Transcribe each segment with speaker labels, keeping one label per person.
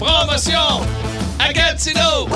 Speaker 1: Attention! À Gatineau!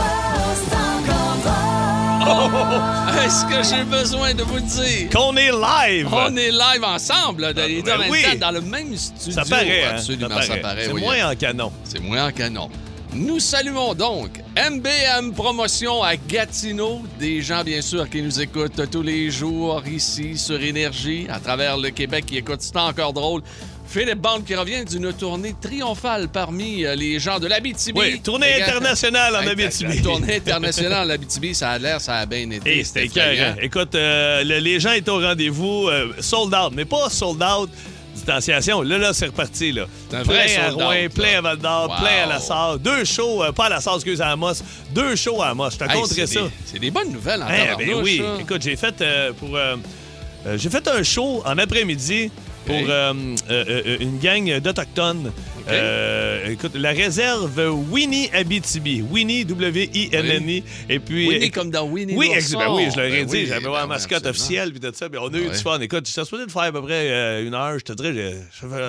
Speaker 1: Oh, Est-ce que j'ai besoin de vous le dire?
Speaker 2: Qu'on est live!
Speaker 1: On est live ensemble, là, de- les deux en
Speaker 2: ben
Speaker 1: même
Speaker 2: oui.
Speaker 1: temps, dans le même studio.
Speaker 2: Ça paraît, hein?
Speaker 1: Absolument, ça
Speaker 2: Ça
Speaker 1: paraît.
Speaker 2: C'est
Speaker 1: oui.
Speaker 2: moins en canon.
Speaker 1: C'est moins en canon. Nous saluons donc MBM Promotion à Gatineau, des gens bien sûr qui nous écoutent tous les jours ici sur Énergie, à travers le Québec qui écoutent C'est encore drôle. Philippe Bande qui revient d'une tournée triomphale parmi euh, les gens de l'Abitibi.
Speaker 2: Oui, tournée
Speaker 1: Les gars-
Speaker 2: internationale en
Speaker 1: Hey, La
Speaker 2: Abitibi.
Speaker 1: tournée internationale en Abitibi, ça a l'air, ça a bien été.
Speaker 2: Et c'était
Speaker 1: effrayant.
Speaker 2: écœurant. Écoute, euh, le- les gens étaient au rendez-vous, euh, sold out, mais pas sold out. Distanciation, là, là, c'est reparti, là.
Speaker 1: C'est un
Speaker 2: Plein
Speaker 1: vrai
Speaker 2: à
Speaker 1: sold
Speaker 2: Rouen,
Speaker 1: out,
Speaker 2: plein
Speaker 1: là.
Speaker 2: à Val-d'Or,
Speaker 1: Wow.
Speaker 2: plein à La Sarre. Deux shows, euh, pas à La Sarre, excuse, à Amos. Deux shows à Amos, je te
Speaker 1: Hey,
Speaker 2: compterai
Speaker 1: c'est
Speaker 2: ça.
Speaker 1: des- C'est des bonnes nouvelles en
Speaker 2: Eh ben
Speaker 1: tabarnouche,
Speaker 2: oui.
Speaker 1: ça.
Speaker 2: Écoute, j'ai fait euh, pour euh, euh, j'ai fait un show en après-midi pour
Speaker 1: Ok.
Speaker 2: euh, euh, euh, une gang d'Autochtones. Euh, écoute, la réserve Winnie Abitibi. Winnie, W-I-N-N-I. Et puis.
Speaker 1: Winnie comme dans Winnie
Speaker 2: Oui,
Speaker 1: l'ourson.
Speaker 2: ex- ben oui, je l'aurais
Speaker 1: Ben
Speaker 2: dit.
Speaker 1: oui,
Speaker 2: J'avais
Speaker 1: ben
Speaker 2: la
Speaker 1: oui,
Speaker 2: mascotte
Speaker 1: absolument.
Speaker 2: officielle, puis tout ça. Puis on a eu
Speaker 1: Ouais.
Speaker 2: du fun. Écoute, j'étais supposé de faire à peu près euh, une heure. Je te dirais, j'ai-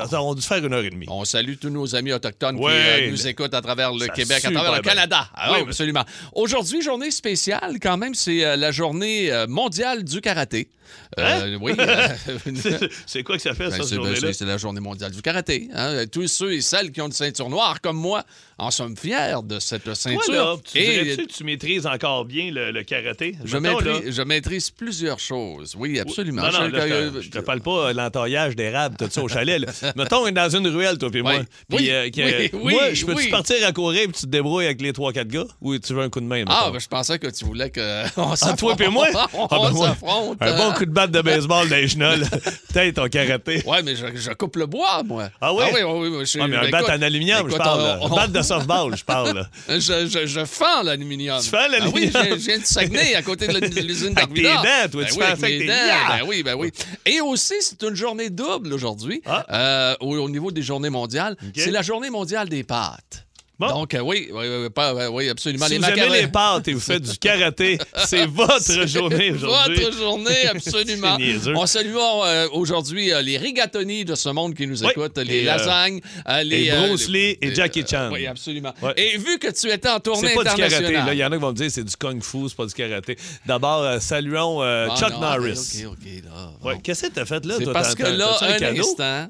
Speaker 2: j'ai- on a dû faire une heure et demie.
Speaker 1: On salue tous nos amis autochtones qui
Speaker 2: Ouais,
Speaker 1: euh, nous
Speaker 2: le-
Speaker 1: écoutent à travers le
Speaker 2: Ça
Speaker 1: Québec, à
Speaker 2: super
Speaker 1: travers le
Speaker 2: bien.
Speaker 1: Canada. Ah oui,
Speaker 2: Oui.
Speaker 1: absolument. Aujourd'hui, journée spéciale, quand même, c'est euh, la journée euh, mondiale du karaté. Euh, Oui. euh,
Speaker 2: Hein? C'est- C'est quoi que ça fait,
Speaker 1: Ben,
Speaker 2: ça,
Speaker 1: c'est,
Speaker 2: ce
Speaker 1: ben,
Speaker 2: journée-là?
Speaker 1: c'est- c'est la journée mondiale du karaté. hein. Tous ceux et celles qui ont une ceinture noire, comme moi, en sommes fiers de cette ceinture.
Speaker 2: Toi, là, tu
Speaker 1: Et-
Speaker 2: dirais-tu que tu maîtrises encore bien le, le karaté?
Speaker 1: je,
Speaker 2: Mettons, là.
Speaker 1: maîtrise, je maîtrise plusieurs choses. Oui, absolument.
Speaker 2: Non, non,
Speaker 1: Je-
Speaker 2: là, je, te, je te parle pas euh, l'entaillage d'érable, tout ça au chalet. là. Mettons, on est dans une ruelle, toi, puis moi.
Speaker 1: Ouais.
Speaker 2: Puis,
Speaker 1: Oui,
Speaker 2: euh, que-
Speaker 1: oui, oui,
Speaker 2: moi, je peux-tu
Speaker 1: oui.
Speaker 2: partir à courir puis tu te débrouilles avec les 3-4 gars? Ou tu veux un coup de main?
Speaker 1: Ah,
Speaker 2: mettons?
Speaker 1: ben, je pensais que tu voulais qu'on
Speaker 2: Entre toi et moi?
Speaker 1: on
Speaker 2: Ah, ben, moi,
Speaker 1: s'affronte. euh,
Speaker 2: Un bon coup de batte de baseball dans les genoux, Peut-être ton karaté.
Speaker 1: Ouais, mais je, je coupe le bois, moi.
Speaker 2: Ah oui?
Speaker 1: Ah oui, oui, oui, je-
Speaker 2: Ah, mais un
Speaker 1: ben,
Speaker 2: bat
Speaker 1: écoute-
Speaker 2: en aluminium, je
Speaker 1: écoute,
Speaker 2: parle.
Speaker 1: on-
Speaker 2: là.
Speaker 1: on-
Speaker 2: Un bat de softball, je parle. là.
Speaker 1: Je, je, je fends l'aluminium.
Speaker 2: Tu fends l'aluminium?
Speaker 1: Ah oui, je, je viens de Saguenay, à côté de la- de l'usine
Speaker 2: Avec tes
Speaker 1: d'Arvida. Ben
Speaker 2: dents, toi, tu
Speaker 1: oui,
Speaker 2: fais
Speaker 1: avec
Speaker 2: ça avec
Speaker 1: mes
Speaker 2: tes-
Speaker 1: dents,
Speaker 2: Yeah!
Speaker 1: Ben oui, ben oui. Et aussi, c'est une journée double aujourd'hui,
Speaker 2: Ah.
Speaker 1: euh, au, au niveau des journées mondiales. C'est la journée mondiale des pâtes.
Speaker 2: Bon.
Speaker 1: Donc, euh, oui, oui, oui, pas- oui, oui, absolument.
Speaker 2: Si
Speaker 1: les
Speaker 2: vous aimez
Speaker 1: macarons-
Speaker 2: les pâtes et vous faites du karaté, c'est votre journée aujourd'hui.
Speaker 1: Votre journée, absolument.
Speaker 2: C'est niaiseux.
Speaker 1: On salue euh, aujourd'hui euh, les rigatoni de ce monde qui nous
Speaker 2: Oui.
Speaker 1: écoutent, les
Speaker 2: Et, euh,
Speaker 1: lasagnes, euh, les...
Speaker 2: et
Speaker 1: euh,
Speaker 2: Bruce Lee et
Speaker 1: les-
Speaker 2: Jackie
Speaker 1: euh,
Speaker 2: Chan.
Speaker 1: oui, absolument.
Speaker 2: Ouais.
Speaker 1: Et vu que tu étais en
Speaker 2: C'est
Speaker 1: tournée
Speaker 2: pas du karaté.
Speaker 1: internationale...
Speaker 2: Là, il y en a qui vont me dire c'est du kung fu, c'est pas du karaté. D'abord, euh, saluons euh,
Speaker 1: Ah,
Speaker 2: Chuck
Speaker 1: non,
Speaker 2: Norris.
Speaker 1: OK, OK, là, bon.
Speaker 2: Ouais, Qu'est-ce que t'as fait là,
Speaker 1: C'est
Speaker 2: toi?
Speaker 1: parce
Speaker 2: T'as-
Speaker 1: que
Speaker 2: t'as-
Speaker 1: là,
Speaker 2: t'as-tu
Speaker 1: un
Speaker 2: cadeau?
Speaker 1: instant,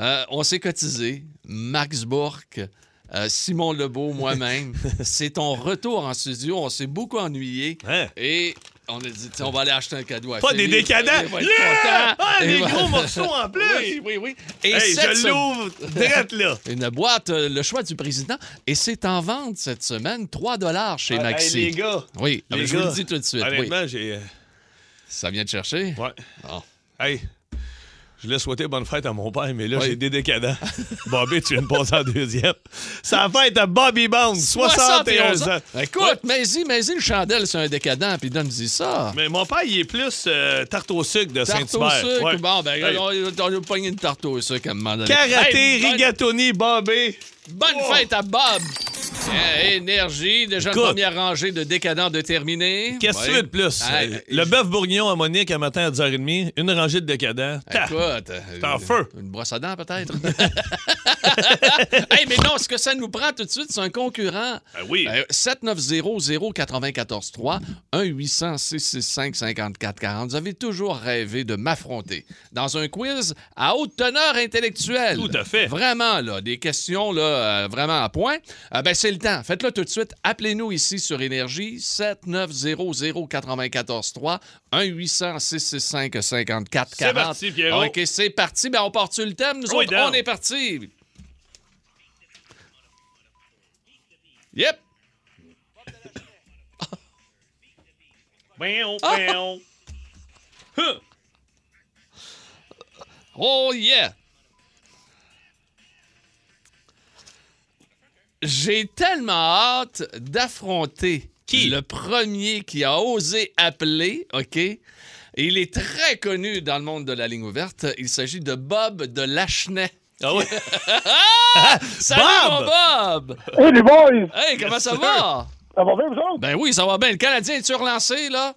Speaker 1: euh, on s'est cotisé. Max Bourque, euh, Simon Lebeau, moi-même. C'est ton retour en studio. On s'est beaucoup ennuyé.
Speaker 2: Hein?
Speaker 1: Et on a dit, tiens, on va aller acheter un cadeau à
Speaker 2: Pas des
Speaker 1: Philippe.
Speaker 2: décadents!
Speaker 1: Il va être
Speaker 2: Yeah!
Speaker 1: content.
Speaker 2: Ah,
Speaker 1: Et
Speaker 2: des
Speaker 1: voilà.
Speaker 2: gros morceaux en plus!
Speaker 1: Oui, oui, oui. Et
Speaker 2: Hey,
Speaker 1: cette
Speaker 2: je
Speaker 1: semaine-
Speaker 2: l'ouvre direct là.
Speaker 1: Une boîte, euh, le choix du président. Et c'est en vente cette semaine, 3 chez
Speaker 2: Ah,
Speaker 1: Maxi.
Speaker 2: hey, les gars,
Speaker 1: oui,
Speaker 2: les
Speaker 1: mais je vous
Speaker 2: gars,
Speaker 1: le dis tout de suite. Oui.
Speaker 2: honnêtement, j'ai... euh,
Speaker 1: Ça vient de chercher?
Speaker 2: Ouais.
Speaker 1: Bon.
Speaker 2: Hey, je voulais souhaiter bonne fête à mon père, mais là,
Speaker 1: Oui.
Speaker 2: j'ai des décadents. Bobby, tu viens de passer en deuxième. Ça fête à Bobby Bones, 71 ans.
Speaker 1: Écoute,
Speaker 2: Ouais.
Speaker 1: mais-y, mais-y, une chandelle, c'est un décadent, puis donne-y ça.
Speaker 2: Mais mon père, il est plus euh, tarte au sucre de
Speaker 1: Ah. Tarte au
Speaker 2: Saint-Hubert.
Speaker 1: sucre.
Speaker 2: Ouais.
Speaker 1: Bon, ben,
Speaker 2: Hey,
Speaker 1: on, on a pogné une tarte au sucre à un moment donné.
Speaker 2: Karaté,
Speaker 1: Hey, bonne-
Speaker 2: rigatoni, Bobby.
Speaker 1: Bonne
Speaker 2: Wow.
Speaker 1: fête à Bob! Tiens, énergie, déjà une
Speaker 2: Écoute.
Speaker 1: première rangée de décadents de terminer.
Speaker 2: Qu'est-ce que tu veux de plus?
Speaker 1: Ah,
Speaker 2: Euh, le
Speaker 1: bœuf.
Speaker 2: bœuf bourguignon à Monique à matin à 10h30, une rangée de décadents. Ta-
Speaker 1: Écoute,
Speaker 2: en
Speaker 1: euh,
Speaker 2: feu.
Speaker 1: Une brosse à dents, peut-être. hey, mais non, ce que ça nous prend tout de suite, c'est un concurrent.
Speaker 2: Ben oui.
Speaker 1: Euh, 790-094-3, 1-800-665-5440. Vous avez toujours rêvé de m'affronter dans un quiz à haute teneur intellectuelle.
Speaker 2: Tout à fait.
Speaker 1: Vraiment, là, des questions là, euh, vraiment à point. Euh, ben, c'est le temps. Faites-le tout de suite. Appelez-nous ici sur Énergie, 790-094-3, 1-800-665-5440.
Speaker 2: C'est parti, Pierrot.
Speaker 1: OK, c'est parti. Ben, on part sur le thème. Nous
Speaker 2: Oui,
Speaker 1: autres,
Speaker 2: donc.
Speaker 1: on est parti. Yep.
Speaker 2: Miaou,
Speaker 1: Ah!
Speaker 2: miaou. Huh.
Speaker 1: Oh yeah! J'ai tellement hâte d'affronter
Speaker 2: Qui?
Speaker 1: le premier qui a osé appeler, OK? Il est très connu dans le monde de la ligne ouverte. Il s'agit de Bob de Lachenay.
Speaker 2: Ah oui.
Speaker 1: Salut
Speaker 2: Bob!
Speaker 1: mon Bob!
Speaker 3: Hey les boys!
Speaker 1: Hey, comment ça
Speaker 2: sir.
Speaker 1: va?
Speaker 3: Ça va bien vous autres?
Speaker 1: Ben oui, ça va bien. Le Canadien est-tu relancé, là?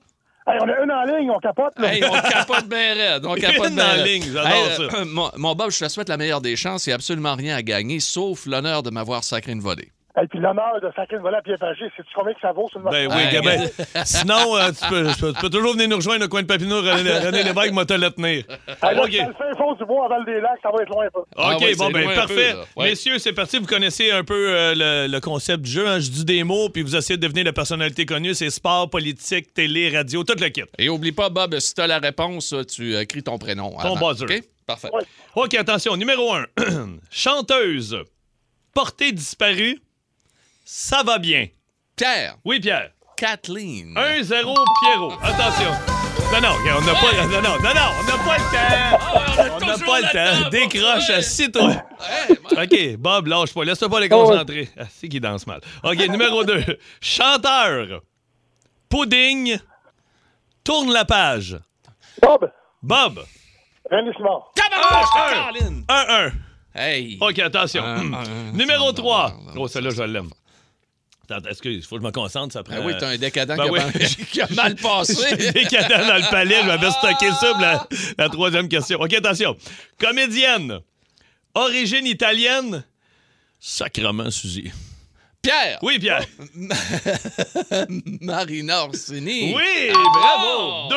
Speaker 3: Hey, on a une en ligne, on capote là.
Speaker 1: Hey, on capote bien raide. On capote
Speaker 2: Une
Speaker 1: bien
Speaker 2: en
Speaker 1: raide.
Speaker 2: ligne, j'adore ça.
Speaker 1: euh, mon, mon Bob, je te souhaite la meilleure des chances. Il n'y a absolument rien à gagner, sauf l'honneur de m'avoir sacré une volée.
Speaker 3: Et puis l'honneur de sacrer une volée à pied pagé, c'est-tu combien que ça vaut sur le
Speaker 2: Ben
Speaker 3: marché?
Speaker 2: oui,
Speaker 1: Ouais,
Speaker 2: Gabin. Sinon, euh, tu, peux, tu peux- tu peux toujours venir nous rejoindre au coin de Papineau, René, René Lévesque m'a te le tenir.
Speaker 3: Ah, là,
Speaker 2: OK.
Speaker 3: dans le fin fond du bois, à Val-des-Lacs, ça va être loin, pas.
Speaker 1: Ah
Speaker 2: OK,
Speaker 1: ouais,
Speaker 2: bon,
Speaker 1: c'est
Speaker 2: ben
Speaker 1: loin un
Speaker 2: parfait.
Speaker 1: peu, là. Ouais.
Speaker 2: Messieurs, c'est parti. Vous connaissez un peu euh, le, le concept du jeu. hein. Je dis des mots, puis vous essayez de devenir la personnalité connue. C'est sport, politique, télé, radio, tout le kit.
Speaker 1: Et oublie pas, Bob, si t'as la réponse, tu euh, cries ton prénom. avant,
Speaker 2: buzzer.
Speaker 1: OK? Parfait.
Speaker 3: Ouais.
Speaker 2: OK, attention. Numéro 1. Chanteuse. Portée disparue. Ça va bien.
Speaker 1: Pierre,
Speaker 2: Oui, Pierre.
Speaker 1: Kathleen.
Speaker 2: 1-0 Pierrot. Attention. Non, non, on n'a pas, non, non, non, non, on n'a pas le temps. on n'a
Speaker 1: Ah, toujours
Speaker 2: pas le
Speaker 1: là-dedans,
Speaker 2: temps. Décroche,
Speaker 1: ouais.
Speaker 2: assis-toi.
Speaker 1: Hey, moi-
Speaker 2: OK, Bob, lâche pas. Laisse-toi pas les concentrer. Ah, c'est qui danse mal. OK, numéro 2. Chanteur. Pudding. Tourne la page.
Speaker 3: Bob,
Speaker 2: Bob.
Speaker 3: René Simard.
Speaker 1: Tabarnak,
Speaker 2: Un, un.
Speaker 1: Caroline!
Speaker 2: 1-1.
Speaker 1: Hey!
Speaker 2: OK, attention.
Speaker 1: Un, un,
Speaker 2: numéro
Speaker 1: ça,
Speaker 2: 3.
Speaker 1: non, non,
Speaker 2: Oh, celle-là, je l'aime. Attends, excuse, faut que je me concentre, ça prend.
Speaker 1: Ah oui, t'as un décadent
Speaker 2: Ben
Speaker 1: qui,
Speaker 2: oui.
Speaker 1: a, man- qui a mal passé.
Speaker 2: décadent dans le palais. Je m'avais stocké ça pour
Speaker 1: Ah!
Speaker 2: la, la troisième question. OK, attention. Comédienne, origine italienne, sacrement Suzy.
Speaker 1: Pierre!
Speaker 2: Oui, Pierre.
Speaker 1: Marina Orsini!
Speaker 2: Oui,
Speaker 1: Oh!
Speaker 2: bravo.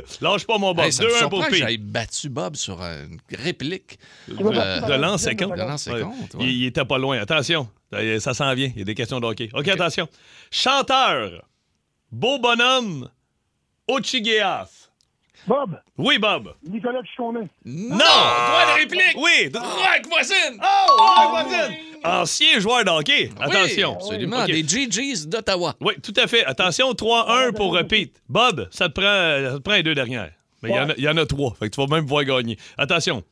Speaker 2: 2-1. Lâche pas mon boss.
Speaker 1: Hey, ça me
Speaker 2: 2-1
Speaker 1: surprend
Speaker 2: pour
Speaker 1: que
Speaker 2: P.
Speaker 1: j'aille battu Bob sur une réplique. Euh,
Speaker 2: De l'an 50.
Speaker 1: de l'an 50, ouais.
Speaker 2: Il, il était pas loin. Attention, ça, ça s'en vient. Il y a des questions de hockey. OK, attention. Chanteur, beau bonhomme, Ochigeas.
Speaker 3: Bob,
Speaker 2: Oui, Bob.
Speaker 3: Nicolas Pichonnet.
Speaker 1: Non!
Speaker 2: Droit
Speaker 1: de réplique!
Speaker 2: Oui. d-
Speaker 1: Rock voisine!
Speaker 2: Oh, Roy Voisine. Ancien joueur de hockey. Attention.
Speaker 1: Absolument,
Speaker 2: OK.
Speaker 1: des GGs d'Ottawa.
Speaker 2: Oui, tout à fait. Attention, 3-1 pour euh, Pete. Bob, ça te prend, euh, ça te prend les deux dernières. Mais il y en a- il y, en a trois. Fait que tu vas même pouvoir gagner. Attention.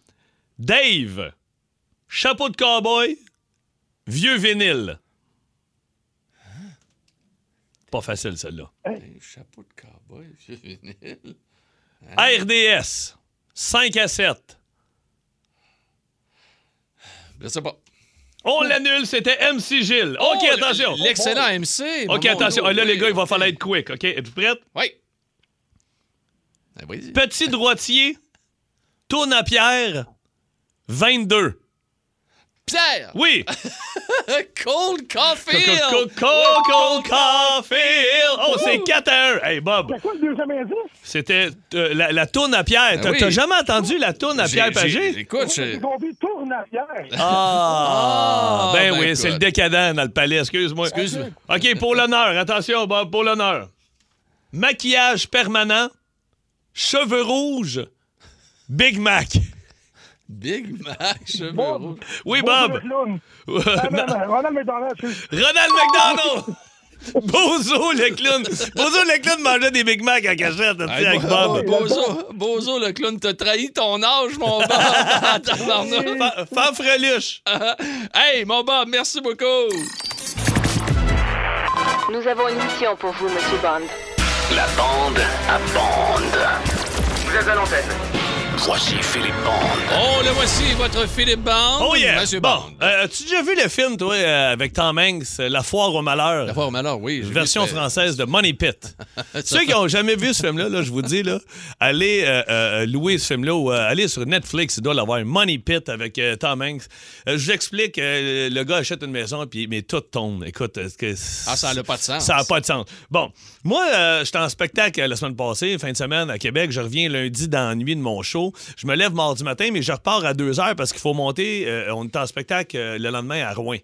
Speaker 2: Dave, chapeau de cowboy, vieux vinyle. Pas facile, celle-là.
Speaker 1: Chapeau de cowboy, c'est vinyle. Hein?
Speaker 2: RDS, 5 à 7.
Speaker 1: Je sais pas. Oh,
Speaker 2: On l'annule, c'était MC Gilles. OK, attention.
Speaker 1: L'excellent MC.
Speaker 2: OK,
Speaker 1: mon
Speaker 2: attention.
Speaker 1: Dieu,
Speaker 2: Ah, là, les
Speaker 1: oui,
Speaker 2: gars, il va
Speaker 1: oui.
Speaker 2: falloir être quick. OK, êtes-vous prêts?
Speaker 1: Oui. Ah, vas-y.
Speaker 2: Petit droitier, tourne à pierre, 22.
Speaker 1: Pierre!
Speaker 2: Oui!
Speaker 1: Cold Coffee!
Speaker 2: Coco Caulfield! Oh, c'est 4 à 1! Hey, Bob,
Speaker 3: C'est quoi le deuxième indice?
Speaker 2: c'était euh, la, la tourne à pierre. T'as
Speaker 1: Ben oui.
Speaker 2: t'as jamais entendu la tourne à pierre Pagé?
Speaker 1: Écoute,
Speaker 3: J'ai
Speaker 1: je-
Speaker 3: tombé tourne arrière.
Speaker 1: Ah,
Speaker 2: Ah! Ben
Speaker 1: ben
Speaker 2: oui,
Speaker 1: écoute.
Speaker 2: c'est le décadent dans le palais, excuse-moi.
Speaker 1: Excuse-moi.
Speaker 2: OK, pour l'honneur, attention, Bob, pour l'honneur. Maquillage permanent, cheveux rouges, Big Mac.
Speaker 1: Big Mac, cheveux
Speaker 3: Bob.
Speaker 1: rouges.
Speaker 2: Oui, Bob!
Speaker 3: Clown. Ah, non,
Speaker 2: Non.
Speaker 3: non, Ronald McDonald, c'est-
Speaker 2: Ronald McDonald! Bozo le clown! Bozo le clown mangeait des Big Mac à cachette, tu sais,
Speaker 1: Hey,
Speaker 2: avec
Speaker 1: Bo-
Speaker 2: Bob.
Speaker 1: Bo- Bozo, Bozo, le clown, t'as trahi ton âge, mon Bob. Tabarnak.
Speaker 2: Fa- Fanfreluche!
Speaker 1: hey, mon Bob, merci beaucoup.
Speaker 4: Nous avons une mission pour vous, Monsieur Bond.
Speaker 5: La bande à bande.
Speaker 6: Vous êtes à l'antenne.
Speaker 5: Voici Philippe Bande.
Speaker 1: Oh, le voici, votre Philippe Bond.
Speaker 2: Oh yeah!
Speaker 1: Monsieur
Speaker 2: bon,
Speaker 1: Bond.
Speaker 2: euh, as-tu déjà vu le film, toi, euh, avec Tom Hanks, euh, La foire au malheur?
Speaker 1: La forme alors, oui. j'ai vu,
Speaker 2: Version
Speaker 1: c'est-
Speaker 2: française de Money Pit. Ceux qui n'ont jamais vu ce film-là, là, je vous dis, là, allez euh, euh, louer ce film-là ou euh, allez sur Netflix, il doit l'avoir. Money Pit avec euh, Tom Hanks. Euh, je vous explique, euh, le gars achète une maison, puis, mais tout tombe. Écoute, est-ce que
Speaker 1: Ah, ça n'a pas de sens.
Speaker 2: Ça n'a pas de sens. Bon, moi, euh, j'étais en spectacle euh, la semaine passée, fin de semaine à Québec. Je reviens lundi dans la nuit de mon show. Je me lève mardi matin, mais je repars à 2 heures parce qu'il faut monter. euh, on est en spectacle euh, le lendemain à Rouen.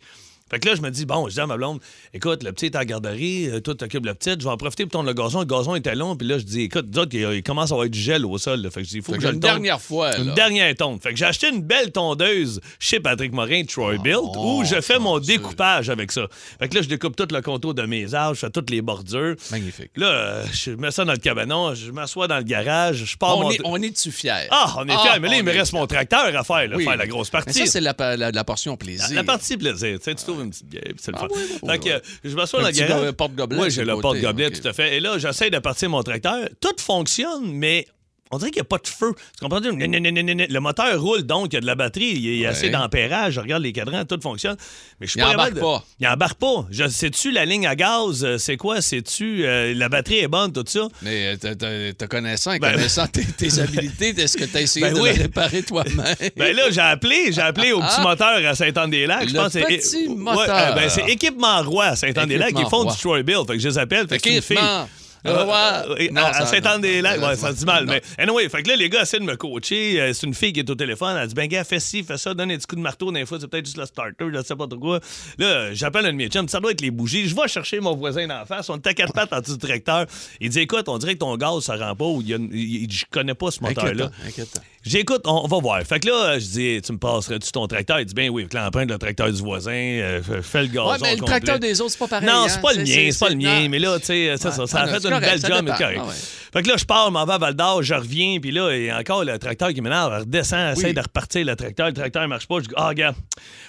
Speaker 2: Fait que là, je me dis, bon, je dis à ma blonde, écoute, le petit est à la garderie, euh, toi, t'occupes le petit, je vais en profiter pour tourner le gazon. Le gazon était long, puis là, je dis, écoute, d'autres, il il commence à avoir du gel au sol. là. Fait que je dis, il faut
Speaker 1: Fait
Speaker 2: que
Speaker 1: que
Speaker 2: je
Speaker 1: une
Speaker 2: le tonde.
Speaker 1: dernière fois.
Speaker 2: Une
Speaker 1: là.
Speaker 2: dernière tonde. Fait que j'ai acheté une belle tondeuse chez Patrick Morin, Troy Built,
Speaker 1: Ah,
Speaker 2: où je fais mon découpage avec ça. Fait que là, je découpe tout le contour de mes arbres, je fais toutes les bordures.
Speaker 1: Magnifique.
Speaker 2: Là, euh, je mets ça dans le cabanon, je m'assois dans le garage, je pars
Speaker 1: On
Speaker 2: mon-
Speaker 1: est, on est-tu fiers?
Speaker 2: Ah, on est fiers, mais là, il
Speaker 1: on
Speaker 2: me
Speaker 1: est
Speaker 2: reste mon tracteur à faire, là,
Speaker 1: Oui.
Speaker 2: faire la grosse
Speaker 1: Mais ça,
Speaker 2: partie.
Speaker 1: c'est la, pa- la- la portion plaisir.
Speaker 2: La partie plaisir. Tu sais, tu trouves une petite bière, puis c'est le
Speaker 1: Ah
Speaker 2: fun.
Speaker 1: oui, oui,
Speaker 2: fait que
Speaker 1: oui.
Speaker 2: euh, je m'assois
Speaker 1: Un
Speaker 2: dans le
Speaker 1: petit
Speaker 2: garage.
Speaker 1: go- porte-gobelet
Speaker 2: Oui,
Speaker 1: sur
Speaker 2: j'ai
Speaker 1: le
Speaker 2: le
Speaker 1: côté,
Speaker 2: porte-gobelet,
Speaker 1: ok.
Speaker 2: tout à fait. Et là, j'essaie de partir mon tracteur. Tout fonctionne, mais on dirait qu'il n'y a pas de feu. Tu comprends? Le moteur roule donc, il y a de la batterie, il y a- il y a assez
Speaker 1: Ouais.
Speaker 2: d'ampérage. Je regarde les cadrans, tout fonctionne. Mais je suis
Speaker 1: Il
Speaker 2: pas
Speaker 1: embarque
Speaker 2: capable de-
Speaker 1: pas.
Speaker 2: Il embarque pas. Je sais-tu la ligne à gaz? euh, C'est quoi? C'est-tu euh, la batterie est bonne, tout ça?
Speaker 1: Mais euh, t'as- t'as t'as connaissant et
Speaker 2: Ben-
Speaker 1: connaissant tes, tes habilités, est-ce que t'as essayé
Speaker 2: Ben
Speaker 1: de
Speaker 2: oui.
Speaker 1: la réparer toi-même?
Speaker 2: Ben là, j'ai appelé, j'ai appelé au petit
Speaker 1: Ah.
Speaker 2: moteur à Saint-Anne-des-Lacs. Je
Speaker 1: Le
Speaker 2: pense que c'est-
Speaker 1: petit
Speaker 2: ouais,
Speaker 1: moteur.
Speaker 2: euh, ben, c'est équipement roi à Saint-Anne-des-Lacs. Ils
Speaker 1: Équipement
Speaker 2: font
Speaker 1: Roy.
Speaker 2: du Troy Bill. Fait que je les appelle. Fait que c'est une fille.
Speaker 1: Équipement.
Speaker 2: Euh,
Speaker 1: Roi.
Speaker 2: euh, et-
Speaker 1: Non,
Speaker 2: à à
Speaker 1: ça-
Speaker 2: Saint-Anne-des-Lacs,
Speaker 1: non,
Speaker 2: ouais, ça dit mal.
Speaker 1: non.
Speaker 2: Mais anyway, fait que là, les gars essaient de me coacher. Euh, c'est une fille qui est au téléphone. Elle dit Ben, gars, fais ci, fais ça, donne un petit coup de marteau. Des fois, c'est peut-être juste le starter, je sais pas trop quoi. Là, euh, j'appelle un de mes chums. Ça doit être les bougies. Je vais chercher mon voisin d'en face. On est à quatre pattes en dessous du tracteur. Il dit Écoute, on dirait que ton gaz, ça rend pas. ou il y a une- il- il- Je connais pas ce moteur-là.
Speaker 1: Inquiétant, inquiétant.
Speaker 2: J'écoute, on va voir. Fait que là, je dis, tu me passerais-tu ton tracteur? Il dit, ben oui, avec l'empreinte, le tracteur du voisin, euh, f- fais le gazon
Speaker 1: Ouais, mais le
Speaker 2: complet.
Speaker 1: tracteur des autres, c'est pas pareil.
Speaker 2: Non,
Speaker 1: hein.
Speaker 2: c'est pas le mien, c'est pas le mien.
Speaker 1: non.
Speaker 2: Mais là, tu sais, c'est
Speaker 1: Ouais.
Speaker 2: ça, ça
Speaker 1: Ah
Speaker 2: a
Speaker 1: non,
Speaker 2: fait
Speaker 1: c'est
Speaker 2: une
Speaker 1: correct,
Speaker 2: belle
Speaker 1: ça
Speaker 2: job, mais
Speaker 1: dépend.
Speaker 2: correct.
Speaker 1: Ah ouais.
Speaker 2: Fait que là, je pars, m'en vais à Val d'Or, je reviens, puis là, il y a encore le tracteur qui m'énerve. Elle redescend,
Speaker 1: Oui.
Speaker 2: essaie de repartir le tracteur, le tracteur ne marche pas. Je dis, ah, gars,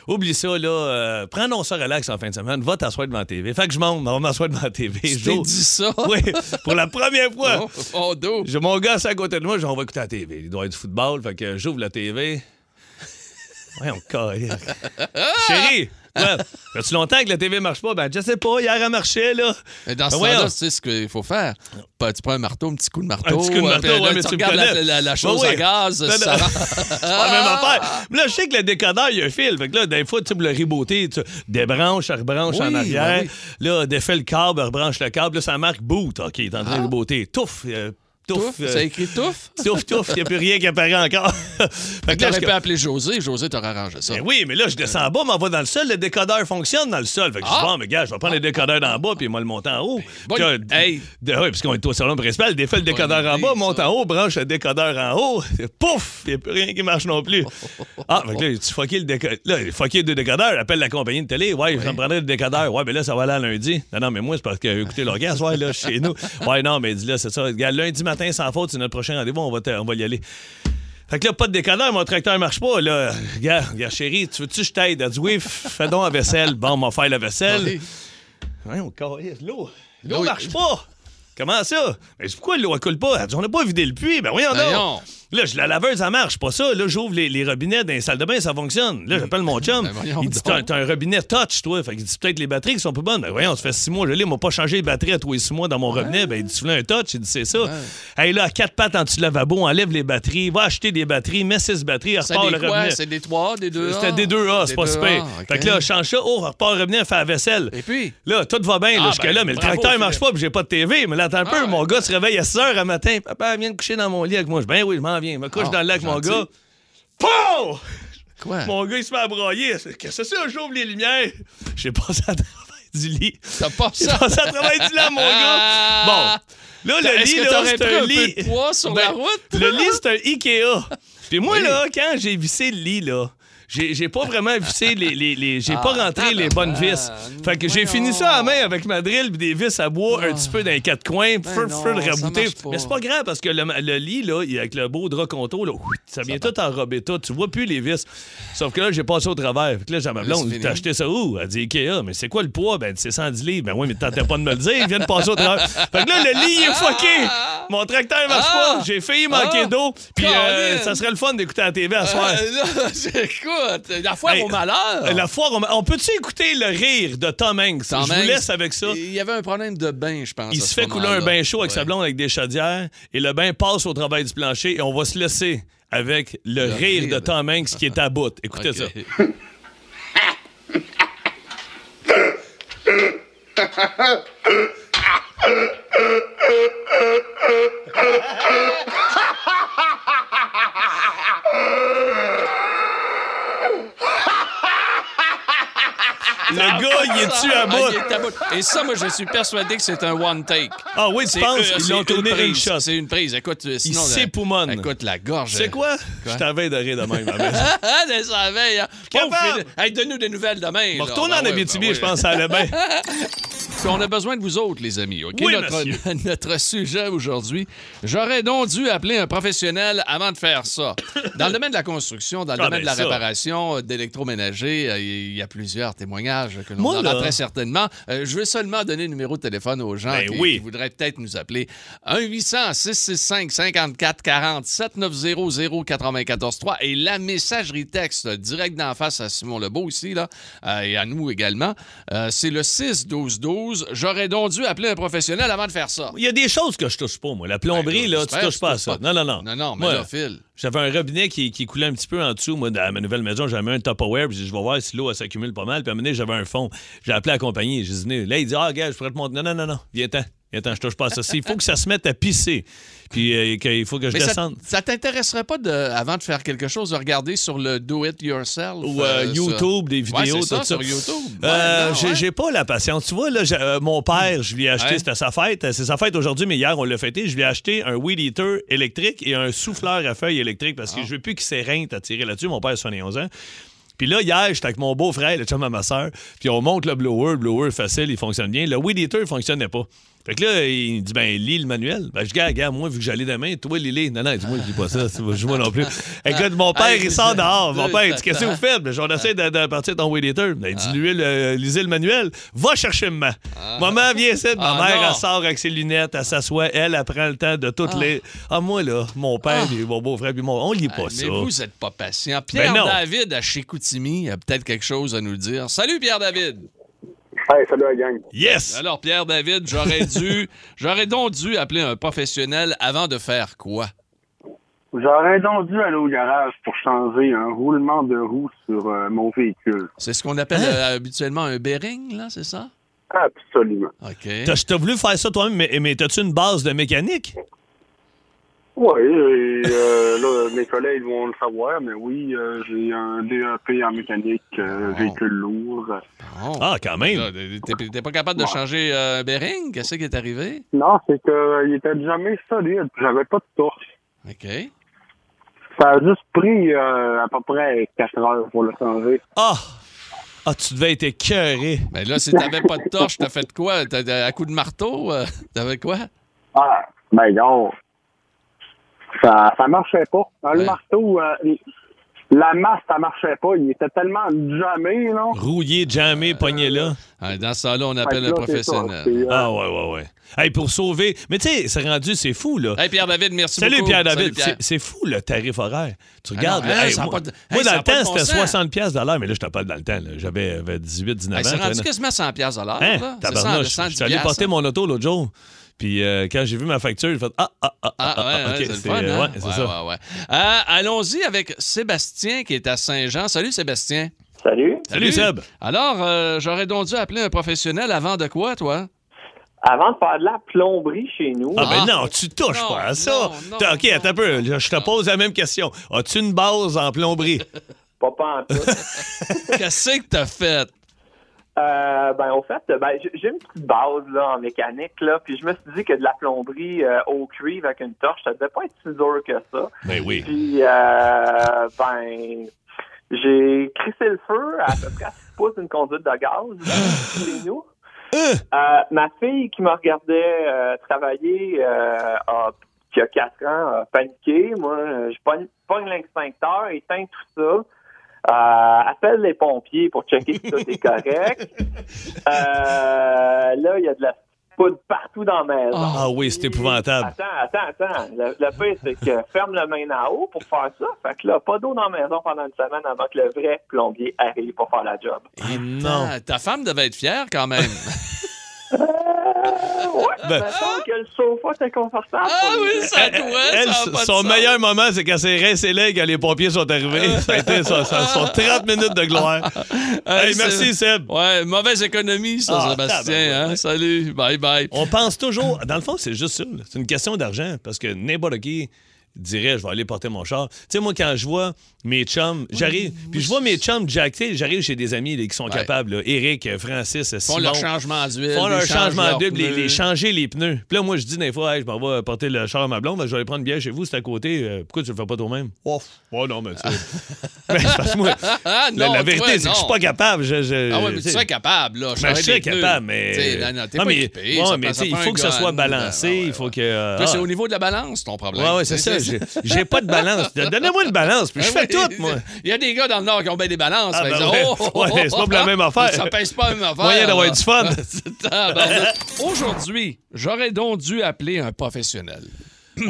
Speaker 2: oublie ça, là, euh, prends donc ça relax en fin de semaine, va t'asseoir devant la TV. Fait que je monte, on va m'asseoir devant la TV.
Speaker 1: Tu
Speaker 2: Je
Speaker 1: t'es
Speaker 2: joue.
Speaker 1: dit ça?
Speaker 2: Oui, pour la première fois.
Speaker 1: Oh, oh, dos.
Speaker 2: J'ai mon gars assis à côté de moi, je dis, on va écouter la TV. Il doit être du football, fait que j'ouvre la TV. Ouais, on colle. Chérie, ouais, as-tu longtemps que la TV marche pas? Ben, je sais pas, hier elle marchait, là.
Speaker 1: Mais Dans ce
Speaker 2: Ben, voyons.
Speaker 1: temps-là, tu sais ce qu'il faut faire. Pas- tu prends un marteau, un petit coup de marteau.
Speaker 2: Un petit coup de
Speaker 1: euh,
Speaker 2: marteau,
Speaker 1: puis là,
Speaker 2: ouais, mais
Speaker 1: tu
Speaker 2: tu me
Speaker 1: regardes la,
Speaker 2: connais.
Speaker 1: la- la chose
Speaker 2: Ben oui.
Speaker 1: à gaz.
Speaker 2: Ben,
Speaker 1: ça
Speaker 2: non.
Speaker 1: rend-
Speaker 2: C'est pas la Ah, même
Speaker 1: Ah!
Speaker 2: affaire. Mais là, je sais que le décodeur, il y a un fil. Fait que là, des fois, tu sais, pour le rebooter, tu débranches, rebranche
Speaker 1: Oui,
Speaker 2: en arrière.
Speaker 1: ben
Speaker 2: Là, défais le câble, rebranche le câble. Là, ça marque boot. OK, il est en train de rebooter. Touf, euh, touf.
Speaker 1: Touffe,
Speaker 2: euh,
Speaker 1: Ah! ça écrit touffe.
Speaker 2: Touf, touf, il n'y a plus rien qui apparaît encore. fait que là,
Speaker 1: T'aurais
Speaker 2: je
Speaker 1: pu appeler José, José t'aurait arrangé ça.
Speaker 2: Ben oui, mais là, je descends en bas, m'en va dans le sol. Le décodeur fonctionne dans le sol. Fait que je
Speaker 1: Ah!
Speaker 2: dis, bon, mais gars, je vais prendre le décodeur d'en bas, puis moi, le monter en haut.
Speaker 1: bonne-
Speaker 2: Puis là,
Speaker 1: Ben, hey!
Speaker 2: de- ouais, puisqu'on est au salon principal, défait le décodeur en
Speaker 1: idée,
Speaker 2: bas, monte
Speaker 1: ça.
Speaker 2: en haut, branche le décodeur en haut. Pouf! Il n'y a plus rien qui marche non plus. Ah, fait que là, tu fucké le décodeur. Là, fucké deux décodeurs, appelle la compagnie de télé. Ouais, je me prendrais le décodeur. Ouais, mais là, ça va aller à lundi. Non, non, mais moi, c'est parce que, écoutez, le gaz, ouais, là, chez nous. Ouais, non, mais dis-là, c'est ça. Regarde, lundi matin, sans faute, c'est notre prochain rendez-vous, on va, te- on va y aller. Fait que là, pas de déconneur, mon tracteur marche pas. Là, regarde, regarde, chérie, tu veux-tu que je t'aide? Elle dit oui, f- fais donc la vaisselle. Bon, on va faire la vaisselle.
Speaker 1: Oui.
Speaker 2: Ouais, on calisse. L'eau,
Speaker 1: L'eau,
Speaker 2: l'eau
Speaker 1: il-
Speaker 2: marche pas. Comment ça? Mais c'est pourquoi l'eau, elle coule pas? Elle dit, on n'a pas vidé le puits. Ben voyons
Speaker 1: Voyons.
Speaker 2: donc. Là, je la laveuse, ça marche pas ça. Là, j'ouvre les, les robinets dans les salles de bain, ça fonctionne. Là, j'appelle mon chum.
Speaker 1: Ben, voyons
Speaker 2: il dit,
Speaker 1: donc.
Speaker 2: t'as t'as un robinet touch, toi. Fait qu'il dit, peut-être les batteries qui sont pas bonnes. Ben voyons, ça fait six mois, je l'ai, il m'a pas changé les batteries à tous les six mois dans mon robinet. Ben, il dit, tu voulais un touch? Il dit, c'est ça. Hey, là, à quatre pattes en dessous du lavabo, enlève les batteries, va acheter des batteries, mets six batteries,
Speaker 1: C'est
Speaker 2: repart le
Speaker 1: des quoi?
Speaker 2: robinet.
Speaker 1: C'est des 3, des 2
Speaker 2: C'était des deux A, c'est pas super. Fait que là, je change ça, oh, repart le robinet, fais la vaisselle.
Speaker 1: Et puis?
Speaker 2: Là, tout va bien là,
Speaker 1: Ah,
Speaker 2: jusque-là,
Speaker 1: ben,
Speaker 2: mais le
Speaker 1: bravo,
Speaker 2: tracteur marche
Speaker 1: Philippe. Ah,
Speaker 2: pas, puis j'ai pas de TV. Mais là, attends un peu,
Speaker 1: ouais.
Speaker 2: mon gars se réveille à 6 h le matin. Papa, viens de coucher dans mon lit avec moi. Je dis, ben oui, je m'en viens. Je me couche
Speaker 1: Ah,
Speaker 2: dans le lac, mon
Speaker 1: gentil.
Speaker 2: gars. Pow!
Speaker 1: Quoi?
Speaker 2: Mon gars, il se met à broyer. Qu'est-ce que c'est ça? J'ouvre les lumières. J'ai passé à travers du lit.
Speaker 1: T'as pas
Speaker 2: J'ai
Speaker 1: ça?
Speaker 2: passé à travers du lit, mon gars. Bon. Là, le
Speaker 1: Est-ce
Speaker 2: lit,
Speaker 1: que
Speaker 2: là,
Speaker 1: t'aurais
Speaker 2: c'est
Speaker 1: pris
Speaker 2: un
Speaker 1: un peu
Speaker 2: lit. Ben,
Speaker 1: de poids sur la route?
Speaker 2: Le lit, c'est un Ikea. Puis moi,
Speaker 1: Oui.
Speaker 2: là, quand j'ai vissé le lit, là, j'ai j'ai pas vraiment vissé les. les, les- j'ai pas
Speaker 1: Ah,
Speaker 2: rentré les
Speaker 1: tabarnak.
Speaker 2: bonnes vis. Fait que j'ai fini ça à main avec ma drill puis des vis à bois un petit peu dans les quatre coins. Feu,
Speaker 1: Ah. Ben non,
Speaker 2: feu, le
Speaker 1: ça
Speaker 2: rabouter.
Speaker 1: marche pas.
Speaker 2: Mais c'est pas grave parce que le, le lit, là, il- avec le beau drap contour, là, ouit, ça vient tout enrobé tout. Tu vois plus les vis. Sauf que là, j'ai passé au travers. Fait que là, j'ai ma blonde,
Speaker 1: c'est fini.
Speaker 2: t'as acheté ça où? Elle dit Ikea. Mais c'est quoi le poids? Ben, c'est 110 livres. Ben oui, mais t'entends pas de me le dire. Il vient de passer au travers. Fait que là, le lit, il est fucké. Mon tracteur marche
Speaker 1: Ah!
Speaker 2: pas. J'ai failli manquer
Speaker 1: Ah!
Speaker 2: d'eau. Puis euh,
Speaker 1: Colin!
Speaker 2: ça serait le fun d'écouter la TV à soir.
Speaker 1: Euh, là, J'écoute. La foi
Speaker 2: Hey,
Speaker 1: au malheur.
Speaker 2: La foire, on, on peut-tu écouter le rire de Tom Hanks?
Speaker 1: Tom
Speaker 2: Je
Speaker 1: Hanks,
Speaker 2: vous laisse avec ça.
Speaker 1: Ah, Il y avait un problème de bain, je pense.
Speaker 2: Il
Speaker 1: à
Speaker 2: se
Speaker 1: ce
Speaker 2: fait couler un
Speaker 1: moment-là.
Speaker 2: bain chaud avec sa
Speaker 1: Ouais.
Speaker 2: blonde avec des chaudières et le bain passe au travail du plancher et on va se laisser avec le,
Speaker 1: Le
Speaker 2: rire,
Speaker 1: rire.
Speaker 2: de Tom Hanks qui est à bout. Écoutez
Speaker 1: Ok.
Speaker 2: ça. Le gars, il est-tu à
Speaker 1: Ah, il
Speaker 2: bout?
Speaker 1: est à bout. Et ça, moi, je suis persuadé que c'est un one take.
Speaker 2: Ah oui, tu
Speaker 1: C'est
Speaker 2: penses?
Speaker 1: euh,
Speaker 2: Ils
Speaker 1: c'est
Speaker 2: l'ont tourné
Speaker 1: prise.
Speaker 2: une shot.
Speaker 1: C'est une prise. Écoute, euh, sinon, la-
Speaker 2: s'époumonne.
Speaker 1: Écoute, la gorge.
Speaker 2: Tu sais quoi? Je t'avais de rire de même. ma mère.
Speaker 1: Ah, des surveilles. Hein.
Speaker 2: Capable.
Speaker 1: Pauvre Philippe. Hey, donne-nous des nouvelles demain.
Speaker 2: On
Speaker 1: là.
Speaker 2: retourne
Speaker 1: Ben
Speaker 2: en
Speaker 1: oui, ben
Speaker 2: Abitibi,
Speaker 1: oui.
Speaker 2: je pense, ça allait bien.
Speaker 1: Puis on a besoin de vous autres, les amis. OK?
Speaker 2: Oui, monsieur.
Speaker 1: notre, notre sujet aujourd'hui. J'aurais donc dû appeler un professionnel avant de faire ça. Dans le domaine de la construction, dans le
Speaker 2: Ah,
Speaker 1: domaine de
Speaker 2: ben
Speaker 1: la
Speaker 2: ça.
Speaker 1: réparation, euh, d'électroménager, euh, il y a plusieurs témoignages que l'on
Speaker 2: Moi,
Speaker 1: aura
Speaker 2: là-
Speaker 1: très certainement. Euh, je veux seulement donner le numéro de téléphone aux gens
Speaker 2: Ben
Speaker 1: qui,
Speaker 2: oui.
Speaker 1: qui voudraient peut-être nous appeler. 1-800-665-5440, 7900-943 et la messagerie texte euh, direct d'en face à Simon Lebeau ici, là, euh, et à nous également. Euh, c'est le 6-12-12. J'aurais donc dû appeler un professionnel avant de faire ça.
Speaker 2: Il y a des choses que je touche pas, moi. La plomberie,
Speaker 1: Ben,
Speaker 2: là, tu
Speaker 1: j'espère que
Speaker 2: touches pas à ça. Non, non, non.
Speaker 1: Non, non, mais
Speaker 2: Moi,
Speaker 1: là, Phil.
Speaker 2: J'avais un robinet qui, qui coulait un petit peu en dessous. Moi, dans ma nouvelle maison, j'avais mis un Tupperware. Puis j'ai dit, je vais voir si l'eau elle s'accumule pas mal. Puis à un moment donné, j'avais un fond. J'ai appelé la compagnie. J'ai dit, venez. là, il dit, ah, gars, je pourrais te montrer. Non, non, non, non. Viens-t'en. Viens-t'en, je touche pas à ça. Il faut que ça se mette à pisser. Puis euh, qu'il faut que je
Speaker 1: Mais ça,
Speaker 2: descende.
Speaker 1: ça t'intéresserait pas, de, avant de faire quelque chose, de regarder sur le Do-It-Yourself?
Speaker 2: Ou euh, YouTube, des vidéos,
Speaker 1: ouais, c'est ça,
Speaker 2: tout ça.
Speaker 1: sur YouTube.
Speaker 2: Euh,
Speaker 1: Ouais, non,
Speaker 2: j'ai,
Speaker 1: ouais.
Speaker 2: j'ai pas la patience. Tu vois, là, j'ai- euh, mon père, je lui ai acheté,
Speaker 1: Ouais.
Speaker 2: c'était sa fête. euh, C'est sa fête aujourd'hui, mais hier, on l'a fêté. Je lui ai acheté un weed eater électrique et un souffleur à feuilles électrique parce
Speaker 1: Ah.
Speaker 2: que je veux plus qu'il s'éreinte à tirer là-dessus. Mon père, a 71 ans. Puis là, hier, j'étais avec mon beau-frère, le chum à ma soeur, puis on monte le blower, le blower facile, il fonctionne bien. Le weed eater, il fonctionnait pas. Fait que là, il dit, ben, lis le manuel. Ben, je dis, Gars, regarde, moi, vu que j'allais demain, toi, lis-les. Non, non, il dit, moi, je lis pas ça, c'est- je moi non plus. Écoute, mon père, il sort dehors. Mon père, il dit, qu'est-ce que vous faites? Ben, j'en essaie de, de partir ton weed eater. Ben, il dit,
Speaker 1: Ah.
Speaker 2: lui, le- lisez le manuel, va chercher maman. Maman, viens ici. Ma
Speaker 1: Ah,
Speaker 2: mère,
Speaker 1: non.
Speaker 2: elle sort avec ses lunettes, elle s'assoit, elle, elle prend le temps de toutes les. Ah, moi, là, mon père, puis mon beau-frère, puis mon. On lit pas
Speaker 1: Ah,
Speaker 2: ça. Ben
Speaker 1: Mais vous êtes pas patient. Pierre-David à Chicoutimi a peut-être quelque chose à nous dire. Salut Pierre-David.
Speaker 7: Hey, salut la gang.
Speaker 2: Yes!
Speaker 1: Alors Pierre-David, j'aurais dû j'aurais donc dû appeler un professionnel avant de faire quoi
Speaker 7: J'aurais donc dû aller au garage pour changer un roulement de roue sur euh, mon véhicule.
Speaker 1: C'est ce qu'on appelle
Speaker 2: Hein?
Speaker 1: euh, habituellement un bearing là, c'est ça
Speaker 7: Absolument.
Speaker 1: OK.
Speaker 2: T'as t'as voulu faire ça toi-même, mais, mais t'as-tu une base de mécanique?
Speaker 7: Oui, et, euh, là, mes collègues vont le savoir, mais oui, euh, j'ai un DEP en mécanique, euh,
Speaker 1: Oh.
Speaker 7: véhicule lourd.
Speaker 1: Bon.
Speaker 2: Ah, quand même!
Speaker 1: Là, T'es t'es pas capable de changer euh, un bearing Qu'est-ce qui est arrivé
Speaker 7: Non, c'est que euh, il était jamais solide, puis j'avais pas de torche.
Speaker 1: OK.
Speaker 7: Ça a juste pris euh, à peu près 4 heures pour le changer.
Speaker 2: Ah! Ah, tu devais être écœuré.
Speaker 1: Mais Ben là si t'avais pas de torche, t'as fait quoi T'as- t'as- À coup de marteau euh, T'avais quoi
Speaker 7: Ah, ben gars, ça, ça marchait pas. Dans
Speaker 1: Ouais.
Speaker 7: Le marteau, euh, il- la masse, ça marchait pas. Il était tellement jamais, là.
Speaker 2: Rouillé, jammé, pogné là.
Speaker 1: Ah, Euh, Dans ça là, on appelle
Speaker 7: Fait
Speaker 1: un
Speaker 7: que là, c'est ça,
Speaker 1: professionnel.
Speaker 7: c'est, euh,
Speaker 2: Ah, ouais, ouais, ouais. Hey, pour sauver. Mais tu sais, c'est rendu, c'est fou, là.
Speaker 1: Hey Pierre-David, merci
Speaker 2: Ah. Salut
Speaker 1: beaucoup.
Speaker 2: Pierre-David,
Speaker 1: Pierre.
Speaker 2: C'est- c'est fou le tarif horaire. Tu regardes,
Speaker 1: non,
Speaker 2: là,
Speaker 1: hein,
Speaker 2: hey,
Speaker 1: ça a
Speaker 2: moi,
Speaker 1: pas de-
Speaker 2: moi,
Speaker 1: hey, ça
Speaker 2: dans
Speaker 1: a
Speaker 2: le
Speaker 1: pas de
Speaker 2: temps,
Speaker 1: bon
Speaker 2: c'était
Speaker 1: sens.
Speaker 2: 60 pièces de l'heure, mais là, je te parle dans le temps. là. J'avais euh, 18, 19
Speaker 1: Hey,
Speaker 2: ans.
Speaker 1: c'est rendu
Speaker 2: t'as-
Speaker 1: quasiment 100 pièces à l'heure.
Speaker 2: Hein,
Speaker 1: là. C'est
Speaker 2: tabarnouche,
Speaker 1: 100, 110
Speaker 2: je suis allé porter
Speaker 1: hein.
Speaker 2: mon auto l'autre jour. Puis euh, quand j'ai vu ma facture, j'ai fait Ah, ah, ah, ah,
Speaker 1: Ah, ouais,
Speaker 2: ah,
Speaker 1: ouais,
Speaker 2: ok,
Speaker 1: c'est le
Speaker 2: c'est-
Speaker 1: fun, hein?
Speaker 2: ouais, c'est
Speaker 1: Ouais,
Speaker 2: ça.
Speaker 1: ouais, ouais. Euh, Allons-y avec Sébastien qui est à Saint-Jean. Salut Sébastien.
Speaker 8: Salut.
Speaker 2: Salut, Seb.
Speaker 1: Alors, euh, j'aurais donc dû appeler un professionnel avant de quoi, toi?
Speaker 8: Avant de faire de la plomberie chez nous,
Speaker 2: Ah,
Speaker 1: Ah.
Speaker 2: ben non, tu touches
Speaker 1: Non,
Speaker 2: pas à ça.
Speaker 1: non,
Speaker 2: T'as-
Speaker 1: non,
Speaker 2: OK, attends un peu. Je je te pose la même question. As-tu une base en plomberie?
Speaker 8: pas pas en tout.
Speaker 1: Qu'est-ce que t'as fait?
Speaker 8: Euh, ben, au fait, ben, j- j'ai une petite base là, en mécanique, là, puis je me suis dit que de la plomberie euh, au cuivre avec une torche, ça devait pas être si dur que ça.
Speaker 2: Ben oui.
Speaker 8: Puis, euh, ben, j'ai crissé le feu à peu près à 6 pouces d'une conduite de gaz
Speaker 2: Ah!
Speaker 8: chez nous. Euh, ma fille qui me regardait euh, travailler euh, a, qui a 4 ans a paniqué. Moi, euh, je pogne, pogne l'extincteur, éteins tout ça. Euh, appelle les pompiers pour checker si tout est correct. Euh, là, il y a de la poudre partout dans la maison.
Speaker 2: Ah oui, c'est épouvantable.
Speaker 8: Attends, attends, attends. Le, le pire, c'est que ferme le main à eau pour faire ça. Fait que là, pas d'eau dans la maison pendant une semaine avant que le vrai plombier arrive pour faire la job.
Speaker 2: Ah non.
Speaker 1: Ah, ta femme devait être fière quand même.
Speaker 8: Ouais,
Speaker 2: Ben-
Speaker 8: mettons que le sofa, c'est confortable.
Speaker 1: ah
Speaker 8: pour
Speaker 1: oui,
Speaker 8: lui.
Speaker 1: ça
Speaker 2: Elle-
Speaker 1: doit,
Speaker 2: elle,
Speaker 1: ça a pas de
Speaker 2: son
Speaker 1: sens.
Speaker 2: meilleur moment, c'est quand c'est rincé là et que les pompiers sont arrivés. ça a été son, son- son 30 minutes de gloire.
Speaker 1: Euh,
Speaker 2: Hey,
Speaker 1: c'est-
Speaker 2: merci, Seb.
Speaker 1: Ouais, mauvaise économie, ça,
Speaker 2: Ah,
Speaker 1: Sébastien.
Speaker 2: tabarouette.
Speaker 1: hein. Salut, bye bye.
Speaker 2: On pense toujours, dans le fond, c'est juste ça. là. C'est une question d'argent parce que n'importe qui dirait, je vais aller porter mon char. Tu sais, moi, quand je vois mes chums, j'arrive, puis je vois mes chums jackés, j'arrive chez des amis là, qui sont
Speaker 1: Ouais.
Speaker 2: capables, là, Eric, euh, Francis,
Speaker 1: Font
Speaker 2: Simon.
Speaker 1: leur changement d'huile.
Speaker 2: Font
Speaker 1: ils
Speaker 2: leur
Speaker 1: changent
Speaker 2: changement
Speaker 1: leurs
Speaker 2: d'huile, les, les
Speaker 1: pneus.
Speaker 2: changer les pneus. Puis là, moi, je dis des fois, Hey, je m'en vais porter le char à ma blonde, ben, je vais aller prendre bien chez vous, c'est à côté. euh, pourquoi tu le fais pas toi-même? Ouf. Ouais, non, mais tu sais. Ben, c'est parce que moi,
Speaker 1: Oh. Ah,
Speaker 2: la,
Speaker 1: non,
Speaker 2: la vérité,
Speaker 1: toi,
Speaker 2: c'est que je suis
Speaker 1: non.
Speaker 2: pas capable. Je, je-
Speaker 1: Ah ouais, mais
Speaker 2: tu
Speaker 1: tu
Speaker 2: sais.
Speaker 1: serais capable, là.
Speaker 2: Ben, je
Speaker 1: changer
Speaker 2: serais
Speaker 1: les pneus.
Speaker 2: capable, mais.
Speaker 1: Tu sais, Non, non, t'es
Speaker 2: Non,
Speaker 1: pas
Speaker 2: mais-
Speaker 1: équipé,
Speaker 2: ouais,
Speaker 1: ça
Speaker 2: mais
Speaker 1: prend- ça
Speaker 2: tu sais, il
Speaker 1: prend
Speaker 2: faut
Speaker 1: un
Speaker 2: que ça
Speaker 1: gun, là.
Speaker 2: soit balancé,
Speaker 1: Ah ouais,
Speaker 2: il faut
Speaker 1: ouais.
Speaker 2: que, euh,
Speaker 1: Toi, c'est
Speaker 2: ah.
Speaker 1: au niveau de la balance, ton problème.
Speaker 2: Ouais, ouais, c'est ça. J'ai j'ai pas de balance. Donnez-moi une balance, puis je fais
Speaker 1: Ah oui,
Speaker 2: tout, moi.
Speaker 1: Il y a des gars dans le Nord qui ont bien des balances.
Speaker 2: Ah,
Speaker 1: mais
Speaker 2: ben
Speaker 1: ils disent,
Speaker 2: ouais.
Speaker 1: oh, oh,
Speaker 2: Ouais, c'est
Speaker 1: oh,
Speaker 2: pas pour la
Speaker 1: oh,
Speaker 2: même affaire.
Speaker 1: Ça pèse pas la même affaire.
Speaker 2: Moyen d'avoir
Speaker 1: là.
Speaker 2: du fun.
Speaker 1: Tabarnak. Aujourd'hui, j'aurais donc dû appeler un professionnel.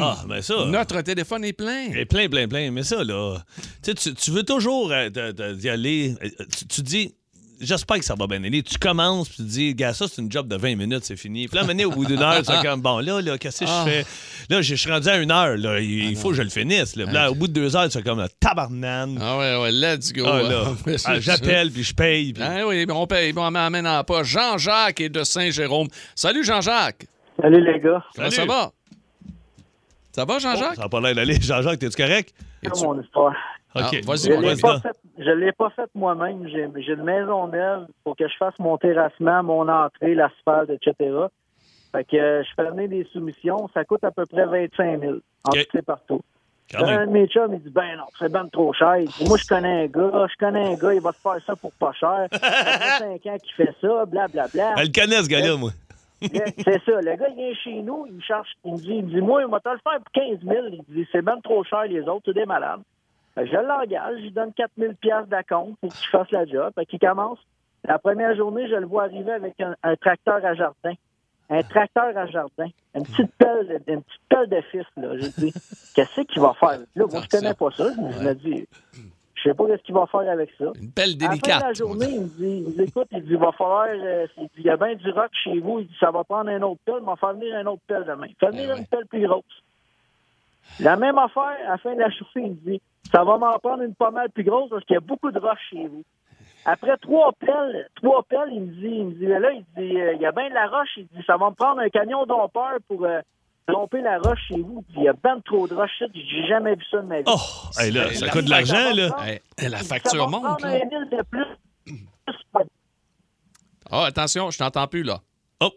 Speaker 2: Ah, mais ça.
Speaker 1: Notre téléphone est plein.
Speaker 2: Et plein, plein, plein. Mais ça, là, tu, sais, tu- tu veux toujours euh, te- te- y aller. euh, Tu, tu dis, j'espère que ça va bien aller. Tu commences, puis tu dis, gars, ça, c'est une job de 20 minutes, c'est fini. Puis là, à un moment donné, au bout d'une heure, c'est comme, bon, là, là qu'est-ce que
Speaker 1: Ah.
Speaker 2: je fais? Là, je je suis rendu à une heure, là, il il faut que je le finisse. Là. Puis là, au bout de deux heures, c'est comme, tabarnane.
Speaker 1: Ah ouais, ouais, let's go.
Speaker 2: Ah, là. Ah, J'appelle, puis je paye. puis-
Speaker 1: Ah oui, mais on paye, on m'amène en pas. Jean-Jacques est de Saint-Jérôme. Salut Jean-Jacques.
Speaker 9: Salut les gars.
Speaker 1: Comment ça
Speaker 2: Salut.
Speaker 1: va? Ça va,
Speaker 2: Oh,
Speaker 1: Jean-Jacques?
Speaker 2: ça n'a pas l'air d'aller. Jean-Jacques, t'es-tu correct?
Speaker 1: Es-tu-
Speaker 9: mon histoire.
Speaker 1: Ah,
Speaker 2: OK.
Speaker 1: vas-y,
Speaker 9: Je
Speaker 1: mon
Speaker 9: l'ai
Speaker 1: vas-y
Speaker 9: pas fait- je l'ai pas fait moi-même. J'ai j'ai une maison neuve pour que je fasse mon terrassement, mon entrée, l'asphalte, etc. Fait que euh, je fais amener des soumissions. Ça coûte à peu près 25 000
Speaker 3: Ah,
Speaker 9: en
Speaker 2: Ok.
Speaker 9: tout et partout.
Speaker 2: Quand
Speaker 9: Là,
Speaker 2: même.
Speaker 9: un
Speaker 3: Euh,
Speaker 9: de mes chums, il dit Ben non, c'est ben trop cher. Il dit, Moi, je connais un gars, je connais un gars, il va te faire ça pour pas cher. Ça fait 5 ans qu'il fait ça, blablabla.
Speaker 2: Elle le connaît, ce gars-là, moi.
Speaker 9: Le- C'est ça. Le gars, il vient chez nous, il me charge, il me dit, il me dit, moi, il va te le faire pour 15 000. Il dit, c'est même trop cher, les autres, c'est des malades. Fait que Je l'engage, je lui donne 4 000 piastres d'acompte pour qu'il fasse la job. Fait qu'il commence. La première journée, je le vois arriver avec un, un tracteur à jardin. Un tracteur à jardin. Une petite pelle, une petite pelle de fils, là. Je dis, qu'est-ce qu'il va faire? Là, moi, je connais pas ça. Je me dis, je sais pas qu'est-ce qu'il va faire avec ça.
Speaker 1: Une pelle
Speaker 9: À la fin de la
Speaker 1: délicate.
Speaker 9: journée, il me dit, il me dit, écoute, il dit, va falloir, euh, il dit, il y a bien du rock chez vous, il dit, ça va prendre un autre pelle, mais on va faire venir un autre pelle demain. Fais venir
Speaker 1: Eh ouais.
Speaker 9: une pelle plus grosse. La même affaire, à la fin de la journée, il me dit, ça va m'en prendre une pas mal plus grosse parce qu'il y a beaucoup de rock chez vous. Après trois pelles, trois pelles, il me dit, il me dit, là, il dit, euh, il y a bien de la roche, il dit, ça va me prendre un camion dompeur pour euh, domper la roche chez vous. Il dit, il y a ben trop de roche, ici, j'ai jamais vu ça de ma vie.
Speaker 2: Oh, hey, là, ça
Speaker 1: la-
Speaker 2: coûte de
Speaker 9: Ça va
Speaker 2: l'argent,
Speaker 9: me
Speaker 2: là.
Speaker 9: prendre-
Speaker 1: Hey, la
Speaker 9: il dit,
Speaker 1: facture
Speaker 9: ça va me
Speaker 1: monte.
Speaker 9: prendre
Speaker 1: là.
Speaker 9: un mille de plus.
Speaker 1: Ah, attention, je t'entends plus, là.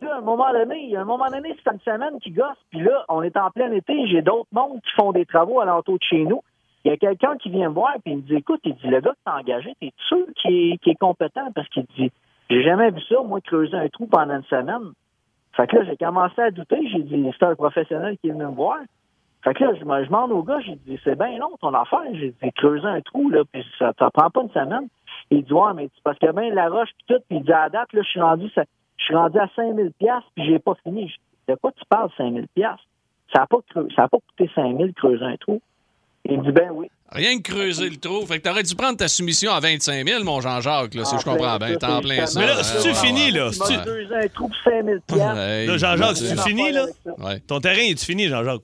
Speaker 9: Là, à un moment donné, il y a un moment donné, c'est une semaine qui gosse. Puis là, on est en plein été. J'ai d'autres mondes qui font des travaux à l'entour de chez nous. Il y a quelqu'un qui vient me voir puis il me dit Écoute, il dit, le gars qui t'a engagé, t'es sûr qu'il est, qu'il est compétent? Parce qu'il dit J'ai jamais vu ça, moi, creuser un trou pendant une semaine. Fait que là, j'ai commencé à douter. J'ai dit C'est un professionnel qui est venu me voir. Fait que là, je me- je demande au gars, j'ai dit, c'est bien long ton affaire. J'ai dit, creuser un trou, là, puis ça, ça prend pas une semaine. Il dit, ouais, mais c'est parce que ben, la roche, puis tout, puis il dit, à date, là, je suis rendu, ça- je suis rendu à 5000 piastres, puis j'ai pas fini. Je dis, de quoi tu parles, 5000 piastres? Ça n'a pas, creu- ça a pas coûté 5000 creuser un trou. Il dit, ben oui.
Speaker 1: Rien que creuser le trou. Fait que t'aurais dû prendre ta soumission à 25 000, mon Jean-Jacques, là, si
Speaker 9: En
Speaker 1: je comprends
Speaker 9: plein,
Speaker 1: bien.
Speaker 9: ça,
Speaker 1: T'es en
Speaker 9: c'est
Speaker 1: plein ça. hein,
Speaker 9: justement-
Speaker 2: Mais là, c'est-tu
Speaker 1: Ouais, ouais,
Speaker 2: fini,
Speaker 1: ouais.
Speaker 2: là?
Speaker 9: Il
Speaker 2: C'est-tu-
Speaker 9: m'a creusé un trou pour 5000 piastres.
Speaker 1: Hey,
Speaker 2: Là, Jean-Jacques,
Speaker 1: mon
Speaker 2: c'est-tu
Speaker 1: Dieu.
Speaker 9: Une
Speaker 2: fini,
Speaker 9: affaire
Speaker 2: là?
Speaker 9: avec ça.
Speaker 1: Ouais.
Speaker 2: Ton terrain, est tu fini, Jean-Jacques?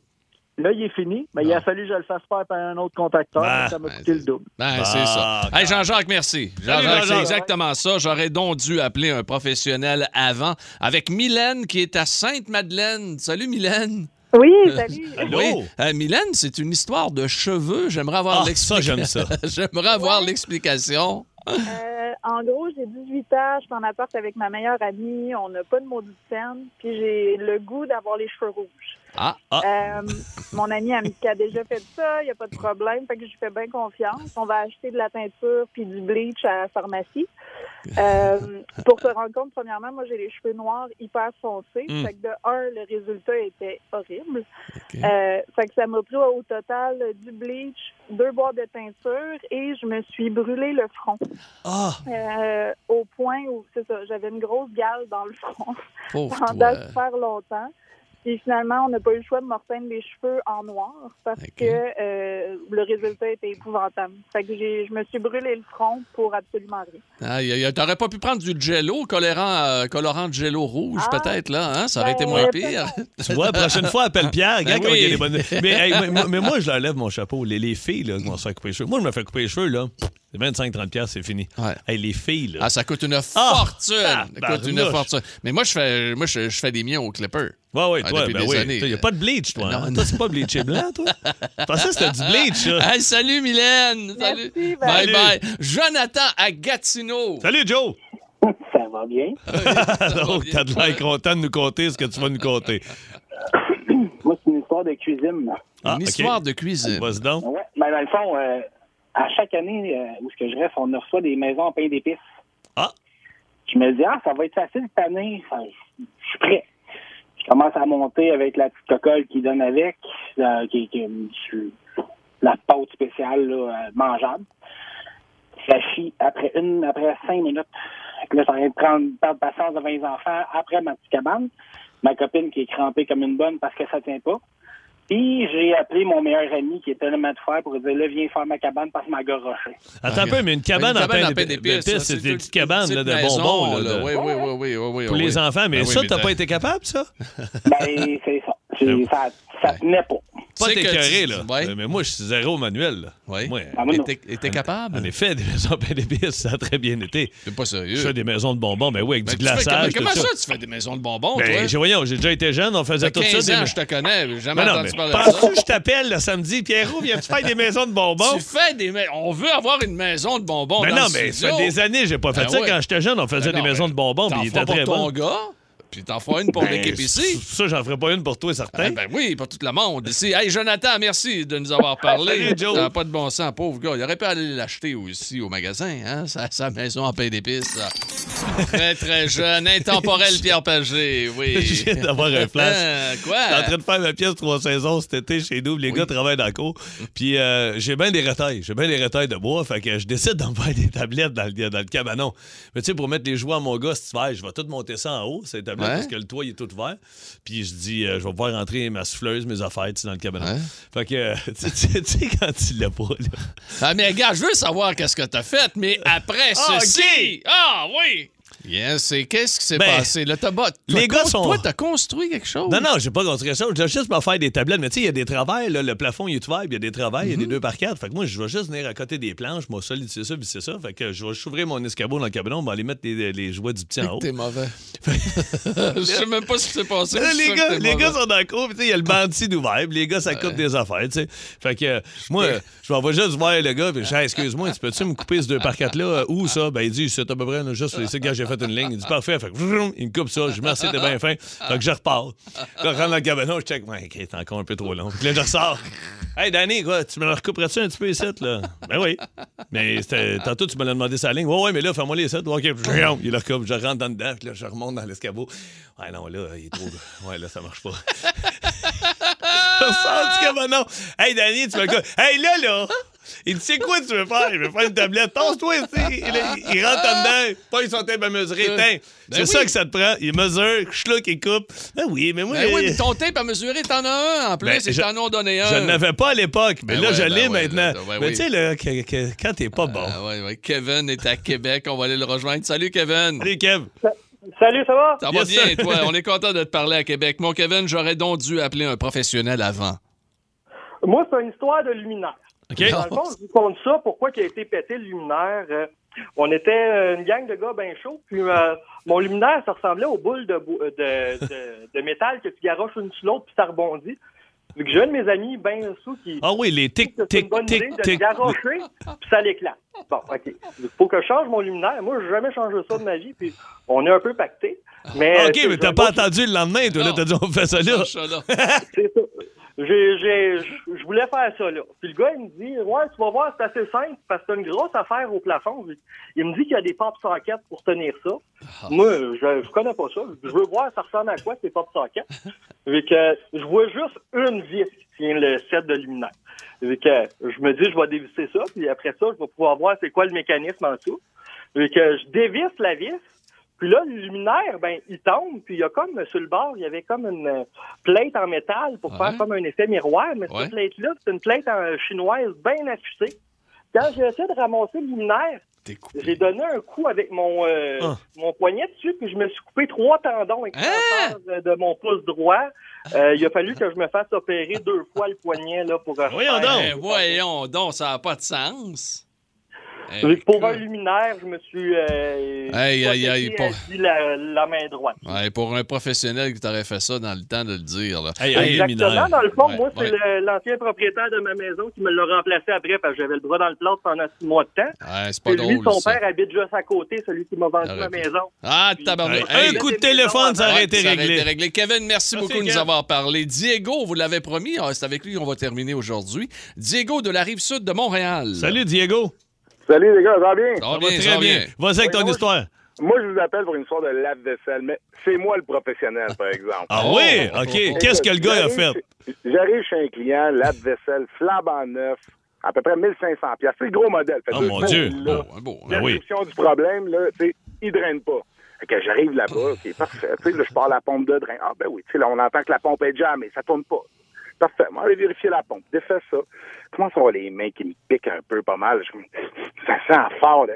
Speaker 9: Là, il est fini, mais il a fallu que je le fasse faire par un autre contacteur.
Speaker 2: Ah,
Speaker 9: ça m'a
Speaker 1: ben,
Speaker 9: coûté le double.
Speaker 1: Ben,
Speaker 2: Bah,
Speaker 1: c'est ça. Hey, Jean-Jacques, merci. Jean-Jacques, c'est
Speaker 2: Jean-Jacques.
Speaker 1: exactement ça. J'aurais donc dû appeler un professionnel avant avec Mylène qui est à Sainte-Madeleine. Salut, Mylène.
Speaker 10: Oui, salut.
Speaker 2: Allô?
Speaker 1: Oui. Euh, Mylène, c'est une histoire de cheveux. J'aimerais avoir
Speaker 2: Ah, ça,
Speaker 1: l'explication.
Speaker 2: j'aime ça.
Speaker 1: J'aimerais avoir l'explication.
Speaker 10: Euh, en gros, j'ai 18 ans, je suis en appart avec ma meilleure amie, on n'a pas de maudite scène, puis j'ai le goût d'avoir les cheveux rouges.
Speaker 1: Ah,
Speaker 10: Euh, mon amie, elle me dit qu'elle a déjà fait ça, il n'y a pas de problème, fait que je lui fais bien confiance. On va acheter de la peinture puis du bleach à la pharmacie. Euh, pour se rendre compte, premièrement, moi, j'ai les cheveux noirs hyper foncés,
Speaker 2: Mm.
Speaker 10: fait que de un, le résultat était horrible.
Speaker 1: Hmm. OK.
Speaker 10: Euh, fait que ça m'a pris au total du bleach, deux boîtes de peinture et je me suis brûlé le front.
Speaker 2: Ah!
Speaker 10: Euh, au point où, c'est ça, j'avais une grosse gale dans le front
Speaker 1: pauvre
Speaker 10: pendant
Speaker 1: toi.
Speaker 10: super longtemps. Puis finalement, on n'a pas eu le choix de me repeindre les cheveux en noir parce
Speaker 1: Ok.
Speaker 10: que euh, le résultat était épouvantable. Fait que j'ai- je me suis brûlé le front pour absolument rien.
Speaker 1: Ah, y a- y a- T'aurais pas pu prendre du jello, colorant, euh, colorant de jello rouge,
Speaker 10: Ah.
Speaker 1: peut-être, là. Hein? Ça aurait été
Speaker 10: Ben,
Speaker 1: moins
Speaker 10: euh,
Speaker 1: pire.
Speaker 2: Tu vois, prochaine fois, appelle Pierre. Gars,
Speaker 1: Ben
Speaker 2: comment il y a
Speaker 1: oui.
Speaker 2: des bonnes- Mais, hey, moi- moi- mais moi, je leur lève mon chapeau. Les, les filles, là, qui vont se faire couper les cheveux. Moi, je me fais couper les cheveux, là. C'est 25-30$, c'est fini.
Speaker 1: Ouais.
Speaker 2: Hey, les filles, là.
Speaker 1: Ah, ça coûte une
Speaker 2: Ah,
Speaker 1: fortune. ça coûte une
Speaker 2: tabarnouche.
Speaker 1: fortune. Mais moi, je fais, moi, je, je fais des miens au clipper.
Speaker 2: Ouais, ouais,
Speaker 1: Ah,
Speaker 2: toi,
Speaker 1: depuis
Speaker 2: ben
Speaker 1: des
Speaker 2: oui.
Speaker 1: années.
Speaker 2: Il n'y a pas de bleach, toi. hein?
Speaker 1: Non,
Speaker 2: Toi,
Speaker 1: non.
Speaker 2: c'est pas bleaché blanc, toi. Je pensais que c'était du bleach, ça.
Speaker 1: Hey, salut, Mylène. Salut.
Speaker 10: Merci,
Speaker 1: Bye
Speaker 2: Salut.
Speaker 1: bye. Jonathan à Gatineau. Euh,
Speaker 2: Salut, Joe!
Speaker 9: Ça va bien.
Speaker 1: va
Speaker 2: Donc,
Speaker 1: bien.
Speaker 2: t'as de l'air content de nous compter ce que tu vas nous compter.
Speaker 9: Moi, c'est une histoire de cuisine.
Speaker 2: Ah,
Speaker 1: une
Speaker 2: ok.
Speaker 1: histoire de cuisine.
Speaker 2: Vas-y donc.
Speaker 9: Ouais. Ben, dans le fond, euh, à chaque année euh, où ce que je reste, on reçoit des maisons en pain d'épices.
Speaker 2: Ah.
Speaker 9: Je me dis, ah, ça va être facile cette année. Enfin, je suis prêt. Je commence à monter avec la petite cocolle qu'ils donnent avec, euh, qui, qui- je- la pâte spéciale là, euh, mangeable. Ça chie après une, après cinq minutes. Fait que Là, ça vient de prendre perdre patience de 20 enfants après ma petite cabane. Ma copine qui est crampée comme une bonne parce que ça tient pas. Puis j'ai appelé mon meilleur ami qui était là à tout faire pour lui dire là, viens faire ma cabane parce que ma gars rochée.
Speaker 2: Attends un
Speaker 1: Ah,
Speaker 2: peu, mais une cabane, en pain d'épices,
Speaker 1: ça,
Speaker 2: c'est des
Speaker 1: une
Speaker 2: petites cabanes là,
Speaker 1: petite
Speaker 2: de
Speaker 1: maison,
Speaker 2: bonbons là, de-
Speaker 1: Oui, oui, oui, oui, oui, oui,
Speaker 2: pour
Speaker 1: oui.
Speaker 2: les enfants. Mais
Speaker 1: Ben oui,
Speaker 2: ça, t'as
Speaker 1: t'as-
Speaker 2: pas été capable, ça?
Speaker 9: Ben, c'est ça. J'ai- Ça, ça tenait pas.
Speaker 1: Tu
Speaker 2: Pas
Speaker 1: sais que
Speaker 2: t'écœuré,
Speaker 1: tu-
Speaker 2: là.
Speaker 1: Ouais.
Speaker 2: Mais moi, je suis zéro manuel. là.
Speaker 1: Oui.
Speaker 2: Moi,
Speaker 9: Ah, moi, non.
Speaker 1: Et t'es- Et t'es
Speaker 2: en
Speaker 1: capable?
Speaker 2: effet, des maisons en pain d'épices, ça a très bien été.
Speaker 1: T'es pas
Speaker 2: Je
Speaker 1: sérieux.
Speaker 2: fais des maisons de bonbons, mais oui, avec
Speaker 1: Ben,
Speaker 2: du
Speaker 1: tu fais-
Speaker 2: glaçage.
Speaker 1: Comment
Speaker 2: tout
Speaker 1: ça, tu fais des maisons de bonbons,
Speaker 2: Ben, j'ai-
Speaker 1: toi?
Speaker 2: voyons, j'ai déjà été jeune, on faisait
Speaker 1: T'as
Speaker 2: tout ça.
Speaker 1: 15
Speaker 2: des-
Speaker 1: ans, je te connais. J'ai jamais
Speaker 2: Mais non,
Speaker 1: entendu
Speaker 2: mais
Speaker 1: parler de ça.
Speaker 2: penses-tu que Ah, je t'appelle le samedi, Pierrot, viens-tu faire des maisons de bonbons?
Speaker 1: Tu fais des mais on veut avoir une maison de bonbons
Speaker 2: Mais
Speaker 1: dans
Speaker 2: Ben non,
Speaker 1: le
Speaker 2: mais ça
Speaker 1: studio.
Speaker 2: fait des années, j'ai pas fait
Speaker 1: Ben
Speaker 2: ça.
Speaker 1: ouais.
Speaker 2: Quand j'étais jeune, on faisait
Speaker 1: Ben
Speaker 2: des
Speaker 1: non,
Speaker 2: maisons
Speaker 1: mais
Speaker 2: de bonbons, puis
Speaker 1: T'en
Speaker 2: il
Speaker 1: feras
Speaker 2: était
Speaker 1: pour
Speaker 2: très
Speaker 1: ton
Speaker 2: bon. Ben,
Speaker 1: gars, puis t'en feras une pour l'équipe ici.
Speaker 2: Ça, j'en ferai pas une pour toi,
Speaker 1: Ah,
Speaker 2: certain.
Speaker 1: ben oui, pour tout le monde. Ici. Hey, Jonathan, merci de nous avoir parlé.
Speaker 2: Salut, Joe.
Speaker 1: Ça n'a pas de bon sens, pauvre gars. Il aurait pu aller l'acheter aussi au magasin, hein? sa, sa maison en pain d'épices. ça. très, très jeune, intemporel Pierre Pagé,
Speaker 2: Je
Speaker 1: oui.
Speaker 2: viens d'avoir un flash.
Speaker 1: Hein,
Speaker 2: Je suis en
Speaker 1: quoi?
Speaker 2: train de faire ma pièce trois saisons cet été chez nous. Les gars travaillent dans la cour.
Speaker 1: Mm.
Speaker 2: Puis euh, j'ai bien des retailles. J'ai bien des retailles de bois. Fait que je décide d'en faire des tablettes dans le, dans le cabanon. Mais tu sais, pour mettre les jouets à mon gars cet hiver, je vais tout monter ça en haut, ces tablettes,
Speaker 1: Ouais.
Speaker 2: parce que le toit il est tout ouvert. Puis je dis, euh, je vais pouvoir rentrer ma souffleuse, mes affaires, tu sais, dans le cabanon.
Speaker 1: Ouais.
Speaker 2: Fait que, euh, tu sais- tu sais, quand tu l'as pas, là.
Speaker 1: Ah, mais gars, je veux savoir qu'est-ce que t'as fait, mais après
Speaker 2: Ah,
Speaker 1: Eh, ceci.
Speaker 2: ok.
Speaker 1: Ah, oui! Yes, euh, c'est qu'est-ce qui s'est
Speaker 2: Ben,
Speaker 1: passé? Là, t'as bas- toi,
Speaker 2: les gars
Speaker 1: con-
Speaker 2: sont-
Speaker 1: Toi, t'as construit quelque chose?
Speaker 2: Non, non, j'ai pas construit ça. Je vais juste me faire des tablettes. Mais tu sais, il y a des travails. là. le plafond, il est ouvert, puis il y a des travails, il y a des
Speaker 1: Mhm.
Speaker 2: deux par quatre. Fait que moi, je vais juste venir à côté des planches, moi, solide, c'est ça, puis c'est ça. Fait que je vais juste ouvrir mon escabeau dans le cabanon, on va aller mettre les, les jouets du petit en haut.
Speaker 1: T'es mauvais. je sais même pas ce qui s'est passé.
Speaker 2: Là,
Speaker 1: je suis
Speaker 2: les
Speaker 1: sûr que
Speaker 2: gars,
Speaker 1: t'es
Speaker 2: les
Speaker 1: mauvais.
Speaker 2: gars sont dans le cours, puis tu sais, il y a le bandit d'ouvert, puis les gars, ça coûte des affaires, tu sais. Fait que euh, moi, euh, je m'en vais juste voir le gars, puis je dis, Hey, excuse-moi, tu peux-tu me couper ce 2 par 4 là euh, Où ça Ben, il dit, c'est à peu près là, juste, c'est quand j'ai fait une ligne. Il dit, parfait. Fait que, vroom, il me coupe ça, je dis, merci, t'es bien fin. Fait que je repars. Là, je rentre dans le cabanon, je check, ouais, ok, t'es encore un peu trop long. Puis là, je ressors. Hey, Danny, quoi, tu me le recouperais-tu un petit peu ici, là Ben oui. Mais c'était- tantôt, tu me l'as demandé sa ligne. Ouais, ouais, mais là, fais-moi les 7. OK, vroom, il le recoupe, je rentre dans dedans, puis là, je remonte dans l'escabeau. Ouais, non, là, il est trop. Ouais, là, ça marche pas. Je ressors du cabanon. Hey, Danny, tu me le coupes. Hey, là, là. Il dit, c'est quoi que tu veux faire? Il veut faire une tablette. Tonce-toi ici. Il, il- il rentre en dedans. Hein? Pas, ils sont à mesurer. Tiens, c'est
Speaker 1: Euh, ben oui.
Speaker 2: ça que ça te prend. Il mesure, chlouk, il coupe. Ben oui, mais moi.
Speaker 1: Ben oui,
Speaker 2: euh,
Speaker 1: mais ton tape à mesurer, t'en as un en plus,
Speaker 2: Ben,
Speaker 1: et
Speaker 2: je-
Speaker 1: t'en as donné un.
Speaker 2: je n'avais pas à l'époque, mais
Speaker 1: Ben
Speaker 2: là,
Speaker 1: ouais,
Speaker 2: je
Speaker 1: ben
Speaker 2: l'ai
Speaker 1: ouais,
Speaker 2: maintenant.
Speaker 1: là, ben
Speaker 2: mais
Speaker 1: oui.
Speaker 2: tu sais, là, que- que- quand t'es pas bon.
Speaker 1: Ah ouais, ouais. Kevin est à Québec, on va aller le rejoindre. Salut Kevin!
Speaker 2: Allez, Kev.
Speaker 9: Salut, ça va?
Speaker 1: Ça va
Speaker 2: Yes,
Speaker 1: bien,
Speaker 2: sir.
Speaker 1: toi? On est content de te parler à Québec. Mon Kevin, j'aurais donc dû appeler un professionnel avant.
Speaker 3: Moi, c'est une histoire de luminaire.
Speaker 2: OK?
Speaker 3: Dans le fond, je vous compte ça, pourquoi il a été pété le luminaire. Euh, on était euh, une gang de gars bien chauds, puis euh, mon luminaire, ça ressemblait aux boules de, bou- euh, de, de- de métal que tu garoches une sur l'autre, puis ça rebondit. Vu que j'ai un de mes amis, ben sous, qui
Speaker 2: Ah oui, les tic,
Speaker 3: que c'est une
Speaker 2: tic,
Speaker 3: bonne
Speaker 2: tic,
Speaker 3: idée de le
Speaker 2: tic.
Speaker 3: garrocher, puis ça l'éclate. Bon, OK. Faut que je change mon luminaire. Moi, j'ai jamais changé ça de ma vie, puis on est un peu pacté. Mais,
Speaker 2: Ah, OK, mais t'as pas entendu le lendemain, toi, là.
Speaker 1: Non.
Speaker 2: T'as dit, on fait ça là.
Speaker 1: Cherche ça, là.
Speaker 3: C'est ça. J'ai- j'ai- Je voulais faire ça, là. Puis le gars, il me dit, ouais, tu vas voir, c'est assez simple, parce que c'est une grosse affaire au plafond. Il me dit qu'il y a des pop sockets pour tenir ça. Moi, je, je connais pas ça. Je veux voir ça ressemble à quoi, ces pop sockets. Fait que je vois juste une vis qui tient le set de luminaire. Fait que je me dis, je vais dévisser ça, puis après ça, je vais pouvoir voir c'est quoi le mécanisme en dessous. Fait que je dévisse la vis, puis là, le luminaire, ben, il tombe, puis il y a comme, sur le bord, il y avait comme une euh, plate en métal pour
Speaker 1: Ouais.
Speaker 3: faire comme un effet miroir, mais
Speaker 1: Ouais.
Speaker 3: cette plate-là, c'est une plate en chinoise bien affichée. Quand j'ai essayé de ramasser le luminaire,
Speaker 1: T'es coupé.
Speaker 3: j'ai donné un coup avec mon, euh,
Speaker 2: Ah.
Speaker 3: mon poignet dessus, puis je me suis coupé trois tendons
Speaker 1: Hein?
Speaker 3: extenseurs de, de mon pouce droit. Euh, il a fallu que je me fasse opérer deux fois le poignet là, pour... euh,
Speaker 2: Voyons
Speaker 3: faire-
Speaker 1: Ben,
Speaker 2: donc.
Speaker 1: voyons donc, ça n'a pas de sens. Hey,
Speaker 3: Pour un
Speaker 1: écoute.
Speaker 3: luminaire, je me suis euh,
Speaker 1: Aïe, aïe, aïe,
Speaker 3: protégé à la, la main droite.
Speaker 1: Ouais, pour un professionnel qui t'aurait fait ça dans le temps de le dire. là.
Speaker 2: Hey, hey,
Speaker 3: Exactement.
Speaker 2: luminaire.
Speaker 3: Dans le fond,
Speaker 1: Ouais,
Speaker 3: moi, c'est le- l'ancien propriétaire de ma maison qui me l'a remplacé après parce que j'avais le bras dans le plâtre pendant six mois de temps.
Speaker 1: Ah, Ouais, c'est pas
Speaker 3: Et lui,
Speaker 1: drôle,
Speaker 3: son
Speaker 1: ça.
Speaker 3: père habite juste à côté, celui qui m'a vendu
Speaker 1: Arrête.
Speaker 3: ma maison.
Speaker 1: Ah, tabarnak.
Speaker 2: Hey,
Speaker 1: Hey,
Speaker 2: un coup de téléphone, ça aurait
Speaker 1: ouais,
Speaker 2: été
Speaker 1: ça aurait
Speaker 2: réglé.
Speaker 1: Kevin, merci,
Speaker 2: Merci,
Speaker 1: beaucoup de nous
Speaker 2: Kev.
Speaker 1: avoir parlé. Diego, vous l'avez promis, ah, c'est avec lui qu'on va terminer aujourd'hui. Diego de la rive sud de Montréal.
Speaker 2: Salut, Diego.
Speaker 6: Salut les gars, ça va bien?
Speaker 1: Ça va
Speaker 2: Ça va
Speaker 1: bien, ça
Speaker 2: très
Speaker 1: va
Speaker 2: bien.
Speaker 1: bien.
Speaker 2: Vas-y avec ton
Speaker 6: Voyons,
Speaker 2: histoire.
Speaker 6: Moi, je vous appelle pour une histoire de lave-vaisselle, mais c'est moi le professionnel, par exemple.
Speaker 2: Ah
Speaker 1: Oh,
Speaker 2: oui?
Speaker 1: oh, oh, oh.
Speaker 2: OK. Qu'est-ce que le gars a fait?
Speaker 6: J'arrive chez- J'arrive chez un client, lave-vaisselle, flambant neuf, à peu près 1500 pièces. C'est le gros modèle. Fait
Speaker 2: Oh,
Speaker 6: deux
Speaker 2: mon
Speaker 6: semaines,
Speaker 2: Dieu.
Speaker 6: là,
Speaker 1: Bon, hein, bon, hein.
Speaker 2: Ben oui.
Speaker 6: Description du problème, là, tu sais, il draine pas. Fait que j'arrive là-bas, c'est parfait. Tu sais, là, je pars la pompe de drain. Ah, ben oui, tu sais, là, on entend que la pompe est jam, mais ça tourne pas. Parfait. Moi, je vais vérifier la pompe. Défais ça. Comment sont les mains qui me piquent un peu pas mal? Je me- Ça sent fort, là.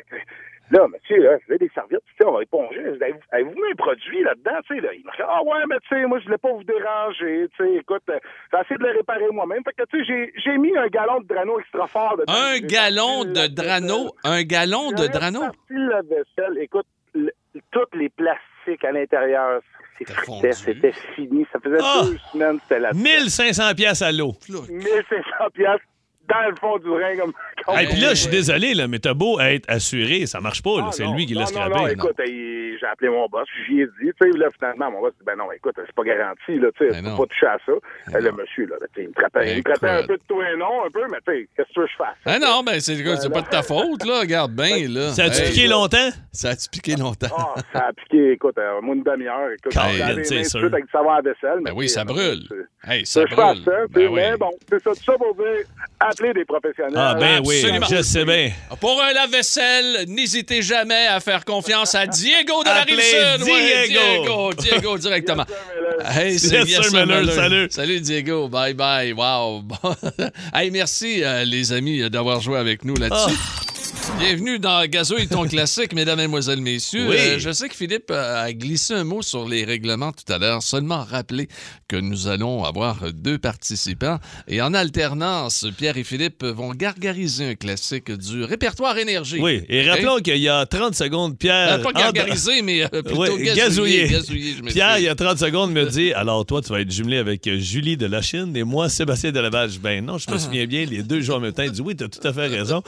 Speaker 6: Là, monsieur, là, vous avez des serviettes, tu sais, on va éponger. Je dis, Avez-vous avez-vous mis un produit là-dedans, tu sais, là? Il me dit, ah ouais, mais tu sais, moi, je voulais pas vous déranger, tu sais, écoute, euh, j'ai essayé de le réparer moi-même. Fait que, tu sais, j'ai- j'ai mis un gallon de drano extra fort dedans.
Speaker 1: Un
Speaker 6: J'ai
Speaker 1: gallon
Speaker 6: sorti
Speaker 1: de
Speaker 6: la- euh,
Speaker 1: drano. Un gallon de
Speaker 6: J'aurais
Speaker 1: drano.
Speaker 6: sorti la vaisselle. Écoute, le- tous les plastiques à l'intérieur, c'est
Speaker 1: T'as
Speaker 6: fritais,
Speaker 1: fondu.
Speaker 6: c'était fini. Ça faisait
Speaker 2: Ah!
Speaker 6: deux semaines, c'était la
Speaker 2: 1500 pièces à l'eau.
Speaker 6: 1500 piastres dans le fond du rein. Comme...
Speaker 2: Et
Speaker 6: comme-
Speaker 2: puis là, je suis désolé, là, mais t'as beau être assuré, ça marche pas. là.
Speaker 6: Ah,
Speaker 2: C'est
Speaker 6: non,
Speaker 2: lui qui
Speaker 6: non,
Speaker 2: l'a
Speaker 6: non, non,
Speaker 2: scrappé.
Speaker 6: écoute, il- j'ai appelé mon boss, j'y ai dit, tu sais, là, finalement, mon boss dit, ben non, écoute, c'est pas garanti, là, tu sais,
Speaker 1: Ben
Speaker 6: tu peux
Speaker 1: non.
Speaker 6: pas toucher à ça.
Speaker 1: Ben
Speaker 6: le
Speaker 1: non.
Speaker 6: monsieur, là, tu sais, il me traitait, il me traitait un
Speaker 1: Écoute.
Speaker 6: peu de toi et non, un peu, mais tu sais, qu'est-ce que tu veux que je fasse?
Speaker 1: Ah non, ben c'est c'est pas de ta faute, là. Regarde bien, là.
Speaker 2: Ça a-tu
Speaker 1: Hey,
Speaker 2: piqué longtemps?
Speaker 1: Ça a-tu piqué longtemps?
Speaker 6: Ben, Ah, ça a piqué, écoute, euh, moi, une demi-heure, écoute,
Speaker 2: Colin,
Speaker 6: j'ai lavé les
Speaker 2: c'est
Speaker 6: mains tout de
Speaker 2: sûr.
Speaker 6: suite avec du savon à vaisselle.
Speaker 1: Ben
Speaker 6: mais
Speaker 1: oui,
Speaker 6: tu sais,
Speaker 1: ça
Speaker 6: non,
Speaker 1: brûle.
Speaker 6: c'est-
Speaker 1: Hey, ça
Speaker 6: Ça je fasse
Speaker 1: brûle.
Speaker 6: ça, tu
Speaker 1: Ben
Speaker 6: sais,
Speaker 1: oui.
Speaker 6: mais bon, Hein, c'est ça, tout ça pour dire, appelez des professionnels.
Speaker 2: Ah ben oui,
Speaker 1: Absolument.
Speaker 2: je sais bien.
Speaker 1: Pour un lave-vaisselle, n'hésitez jamais à faire confiance à Diego de la
Speaker 2: Appelez
Speaker 1: Rive-Sud. Ouais,
Speaker 2: Diego.
Speaker 1: Diego, Diego directement.
Speaker 6: Absolument.
Speaker 1: Hey, c'est
Speaker 2: Yes,
Speaker 1: bien
Speaker 2: sir,
Speaker 1: ça,
Speaker 2: Muller,
Speaker 1: Muller.
Speaker 2: salut.
Speaker 1: Salut Diego, bye bye. Wow. Bon. hey, merci euh, les amis euh, d'avoir joué avec nous là-dessus.
Speaker 2: Ah,
Speaker 1: Bienvenue dans Gazo et ton classique, mesdames, mesdemoiselles, messieurs.
Speaker 2: Oui.
Speaker 1: euh, je sais que Philippe euh, a glissé un mot sur les règlements tout à l'heure. Seulement rappeler que nous allons avoir deux participants. Et en alternance, Pierre et Philippe vont gargariser un classique du répertoire énergie.
Speaker 2: Oui, et rappelons qu'il y a 30 secondes, Pierre...
Speaker 1: Euh, pas
Speaker 2: en-
Speaker 1: gargariser, mais euh, plutôt
Speaker 2: Oui,
Speaker 1: gazouiller.
Speaker 2: gazouiller.
Speaker 1: gazouiller, je m'excuse.
Speaker 2: Pierre, il y a 30 secondes, me dit Alors, toi, tu vas être jumelé avec euh, Julie de la Chine et moi, Sébastien de Laval. Ben non, je me souviens bien, les deux jouent en même temps. Il dit Oui, tu as tout à fait raison.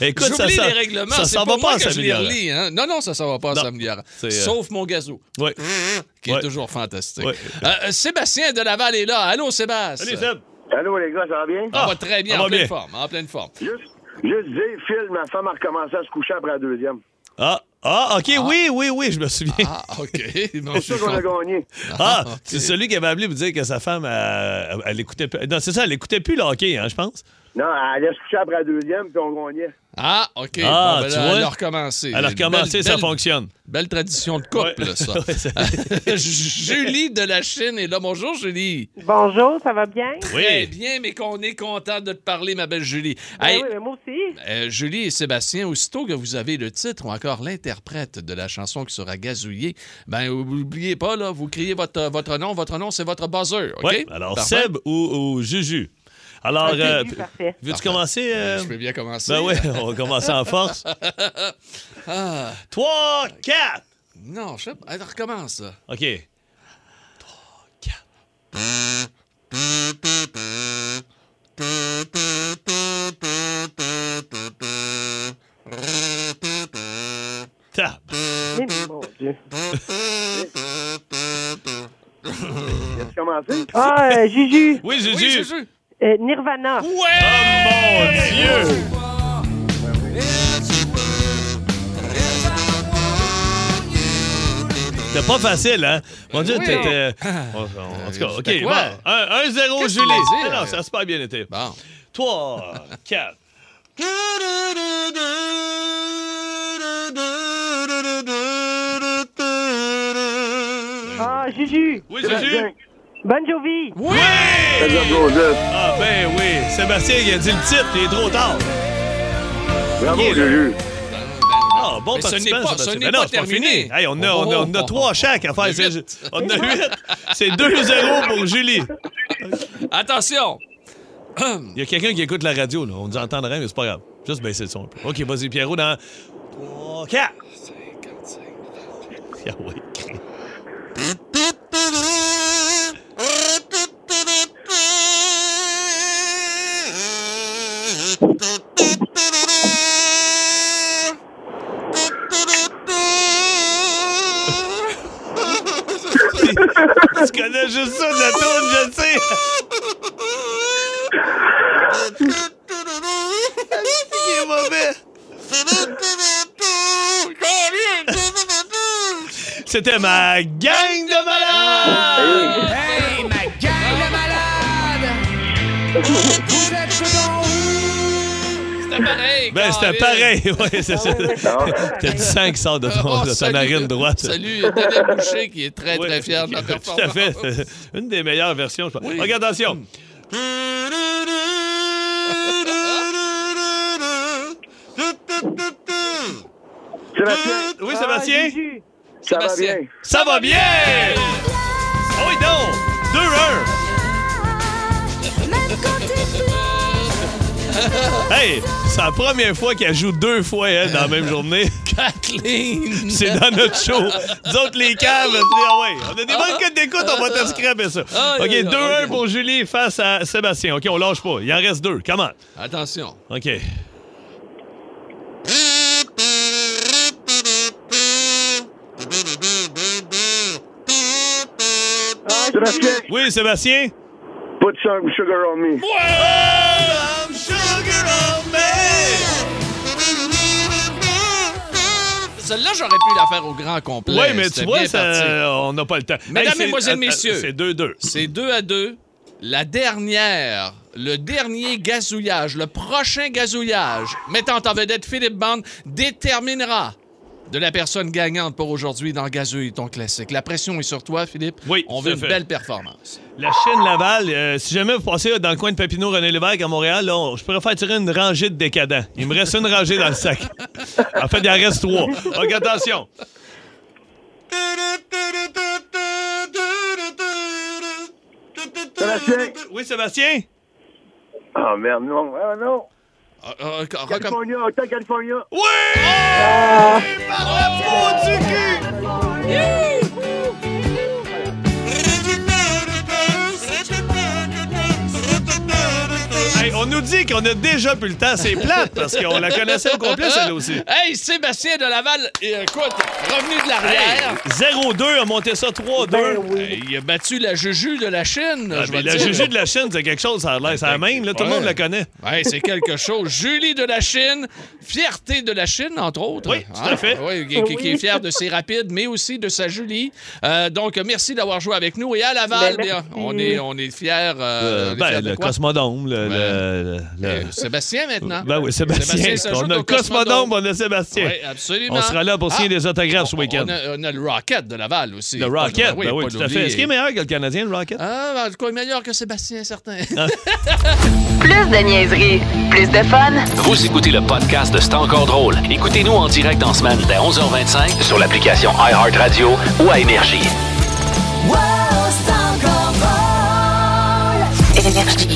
Speaker 2: Écoute, ça,
Speaker 1: J'oublie
Speaker 2: ça,
Speaker 1: les règlements,
Speaker 2: ça
Speaker 1: c'est
Speaker 2: s'en
Speaker 1: pour
Speaker 2: va
Speaker 1: moi
Speaker 2: pas en
Speaker 1: que je les
Speaker 2: s'améliorant.
Speaker 1: relis, hein. Non, non, ça s'en va pas en
Speaker 2: Non.
Speaker 1: s'améliorant.
Speaker 2: C'est, euh,
Speaker 1: Sauf mon gazou,
Speaker 2: Oui.
Speaker 1: qui est
Speaker 2: ouais.
Speaker 1: toujours fantastique.
Speaker 2: Ouais.
Speaker 1: Euh, Sébastien de Laval est là. Allô, Sébastien.
Speaker 2: Salut, Seb.
Speaker 9: Allô, les gars, ça va bien?
Speaker 1: On
Speaker 2: Ah,
Speaker 1: hein, va très bien,
Speaker 2: on
Speaker 1: en
Speaker 2: va
Speaker 1: pleine
Speaker 2: bien.
Speaker 1: forme, en pleine forme.
Speaker 9: Juste, juste dire, Phil, ma femme a recommencé à se coucher après la deuxième.
Speaker 2: Ah, ah, OK, oui, oui, oui, je me souviens.
Speaker 1: Ah, OK. Bon, je
Speaker 9: C'est ça qu'on a
Speaker 1: comprends.
Speaker 9: gagné.
Speaker 2: Ah,
Speaker 1: ok.
Speaker 2: c'est celui qui avait appelé pour dire que sa femme, elle, elle écoutait plus. Non, c'est ça, elle écoutait plus le hockey, hein, je pense.
Speaker 9: Non, elle allait se coucher après la deuxième, puis on gagnait.
Speaker 1: Ah, OK.
Speaker 2: Ah,
Speaker 1: Bon, ben
Speaker 2: tu
Speaker 1: là,
Speaker 2: vois?
Speaker 1: elle a recommencé.
Speaker 2: Elle a recommencé,
Speaker 1: Belle-
Speaker 2: ça
Speaker 1: belle-
Speaker 2: fonctionne.
Speaker 1: Belle tradition de couple,
Speaker 2: Ouais.
Speaker 1: ça.
Speaker 2: Ouais, c'est-
Speaker 1: Julie de la Chine est là. Bonjour, Julie.
Speaker 11: Bonjour, ça va bien?
Speaker 1: Très
Speaker 2: Oui.
Speaker 1: bien, mais qu'on est content de te parler, ma belle Julie.
Speaker 11: Ben
Speaker 1: Hey,
Speaker 11: oui, mais moi aussi.
Speaker 1: Euh, Julie et Sébastien, aussitôt que vous avez le titre ou encore l'interprète de la chanson qui sera gazouillée, ben n'oubliez pas, là, vous criez votre, euh, votre nom. Votre nom, c'est votre buzzer, OK?
Speaker 2: Ouais, alors,
Speaker 1: Parfait.
Speaker 2: Seb ou, ou Juju? Alors,
Speaker 11: Ok,
Speaker 2: euh,
Speaker 11: parfait.
Speaker 2: veux-tu
Speaker 1: Parfait.
Speaker 2: commencer? euh,
Speaker 1: Je peux bien commencer.
Speaker 2: Ben oui, on va commencer en force.
Speaker 1: Ah,
Speaker 2: 3, 4.
Speaker 1: non, je sais pas. Elle recommence, là.
Speaker 2: OK. 3, 4. Tab.
Speaker 11: Mais Eh, mon Dieu.
Speaker 9: As-tu commencé?
Speaker 11: Ah, euh, Juju,
Speaker 2: Oui, Juju. Oh,
Speaker 1: Oui, Juju.
Speaker 11: euh, Nirvana.
Speaker 2: Mon Dieu! C'était pas facile, hein? Mon Dieu,
Speaker 1: Ben Oui.
Speaker 2: t'étais. En en tout cas, OK.
Speaker 1: C'était
Speaker 2: Bon,
Speaker 1: quoi?
Speaker 2: 1-0,
Speaker 1: Qu'est-ce
Speaker 2: Julie.
Speaker 1: que tu voulais dire?
Speaker 2: Non, ça a super bien été.
Speaker 1: Bon.
Speaker 2: 3, 4.
Speaker 11: Ah, Juju,
Speaker 2: Oui, Juju?
Speaker 11: Bon Jovi.
Speaker 2: Oui! Ah, ben oui. Sébastien, il a dit le titre, il est trop tard.
Speaker 6: Bravo,
Speaker 2: Il est là.
Speaker 6: Juju.
Speaker 2: Ah, bon
Speaker 1: Mais ce
Speaker 2: participant,
Speaker 1: n'est pas-
Speaker 2: Sébastien.
Speaker 1: ce n'est
Speaker 2: Mais non,
Speaker 1: pas
Speaker 2: c'est
Speaker 1: terminé.
Speaker 2: fini. Hey, on a, on a, on a
Speaker 1: Oh.
Speaker 2: trois chaque à faire.
Speaker 1: Huit.
Speaker 2: C'est- On a huit. C'est 2-0 pour Julie.
Speaker 1: Attention!
Speaker 2: Il y a quelqu'un qui écoute la radio, là. On nous entendrait, mais c'est pas grave. Juste baisser le son un peu. OK, vas-y, Pierrot, dans 3, 4. 55. Ah oui, cri. tu connais juste ça de la tourne, je le sais. Il est mauvais. C'était ma gang de malades!
Speaker 12: Hey, ma gang de malades! Vous êtes dans
Speaker 1: C'était pareil.
Speaker 2: Ben, c'était
Speaker 1: Caroline.
Speaker 2: pareil. Ouais, c'est ça. T'as du sang qui sort de ton,
Speaker 1: Oh,
Speaker 2: de ta
Speaker 1: salut,
Speaker 2: narine droite.
Speaker 1: Salut, Daniel Boucher qui est très,
Speaker 2: Ouais.
Speaker 1: très fier de la
Speaker 2: Tout à
Speaker 1: performance.
Speaker 2: fait. C'est Une des meilleures versions, je pense.
Speaker 1: Oui.
Speaker 2: Regarde, attention.
Speaker 6: Sébastien,
Speaker 2: Oui, Sébastien?
Speaker 6: ça va
Speaker 1: Sébastien.
Speaker 6: bien?
Speaker 2: Bah, Ça va bien! Oh, oui, donc! 2-1! Hey, c'est la première fois qu'elle joue deux fois elle, dans la même journée.
Speaker 1: Kathleen!
Speaker 2: C'est dans notre show. Nous autres, les caves, tu sais, ah ouais, on a des bonnes codes d'écoute, on va te scraper ça.
Speaker 1: Ah,
Speaker 2: OK,
Speaker 1: ah, ah,
Speaker 2: 2-1
Speaker 1: ok.
Speaker 2: pour Julie face à Sébastien. OK, on lâche pas. Il en reste deux. Comment?
Speaker 1: Attention.
Speaker 2: OK.
Speaker 6: Ah, Sébastien,
Speaker 2: Oui, Sébastien?
Speaker 6: put some sugar on me.
Speaker 1: Celle-là, j'aurais pu la faire au grand complet.
Speaker 2: Oui, mais tu
Speaker 1: C'était
Speaker 2: vois,
Speaker 1: bien
Speaker 2: ça- euh,
Speaker 1: parti.
Speaker 2: on n'a pas le temps.
Speaker 1: Mesdames,
Speaker 2: Hey, c'est-
Speaker 1: Mesdemoiselles,
Speaker 2: attends,
Speaker 1: Messieurs.
Speaker 2: C'est 2-2.
Speaker 1: C'est 2 à 2. La dernière, le dernier gazouillage, le prochain gazouillage, mettant en vedette Philippe Bande, déterminera de la personne gagnante pour aujourd'hui dans Gazouille, ton classique. La pression est sur toi, Philippe.
Speaker 2: Oui,
Speaker 1: On
Speaker 2: tout
Speaker 1: veut
Speaker 2: à
Speaker 1: une
Speaker 2: fait.
Speaker 1: belle performance.
Speaker 2: La chaîne Laval, euh, si jamais vous passez là, dans le coin de Papineau, René Lévesque à Montréal, là, on- je pourrais faire tirer une rangée de décadents. Il me reste une rangée dans le sac. En fait, il en reste trois. OK, attention.
Speaker 6: Sébastien.
Speaker 2: Oui, Sébastien?
Speaker 6: Oh merde, non, ah non.
Speaker 1: Ah, ah, recomm-
Speaker 6: California, autant California.
Speaker 2: Oui! Par le peau du cul! Hey, on nous dit qu'on a déjà plus le temps. C'est plate parce qu'on la connaissait au complet, celle-là aussi.
Speaker 1: Hey, Sébastien de Laval, euh, écoute, revenu de l'arrière.
Speaker 2: 0-2, a monté ça 3-2.
Speaker 1: Euh, Il a battu la Juju de la Chine.
Speaker 2: Ah,
Speaker 1: je
Speaker 2: mais
Speaker 1: vais
Speaker 2: la
Speaker 1: dire.
Speaker 2: Juju de la Chine, c'est quelque chose, ça a l'air. C'est la même, là, tout le
Speaker 1: Ouais.
Speaker 2: monde la connaît.
Speaker 1: Ouais, c'est quelque chose. Julie de la Chine, fierté de la Chine, entre autres. Hein?
Speaker 2: Oui, tout à fait.
Speaker 1: oui, qui, qui- qui est fière de ses rapides, mais aussi de sa Julie. Euh, donc, merci d'avoir joué avec nous. Et à Laval,
Speaker 11: Ben,
Speaker 1: bien,
Speaker 11: merci.
Speaker 1: on est, on est fiers. euh, on
Speaker 2: Euh,
Speaker 1: est
Speaker 2: ben,
Speaker 1: fiers de
Speaker 2: le
Speaker 1: quoi?
Speaker 2: Cosmodome, le. le- le-
Speaker 1: Euh, Sébastien, maintenant.
Speaker 2: Ben oui, Ben, Sébastien.
Speaker 1: Sébastien se
Speaker 2: on
Speaker 1: joue
Speaker 2: a
Speaker 1: au
Speaker 2: le Cosmodome, Ah! on a Sébastien.
Speaker 1: Oui, absolument.
Speaker 2: on sera là pour signer des autographes ce
Speaker 1: On-
Speaker 2: week-end.
Speaker 1: On a, on a le Rocket de Laval aussi.
Speaker 2: Le Rocket,
Speaker 1: Pas-
Speaker 2: ben oui,
Speaker 1: pas
Speaker 2: tout à fait.
Speaker 1: l'oublier.
Speaker 2: Est-ce qu'il est meilleur que le Canadien, le Rocket?
Speaker 1: Ah, ben, en tout cas, meilleur que Sébastien, certain.
Speaker 2: Ah.
Speaker 4: Plus de niaiserie, plus de fun.
Speaker 5: Vous écoutez le podcast de C'est encore drôle. Écoutez-nous en direct en semaine dès 11h25 sur l'application iHeartRadio ou à Énergie.
Speaker 4: Énergie.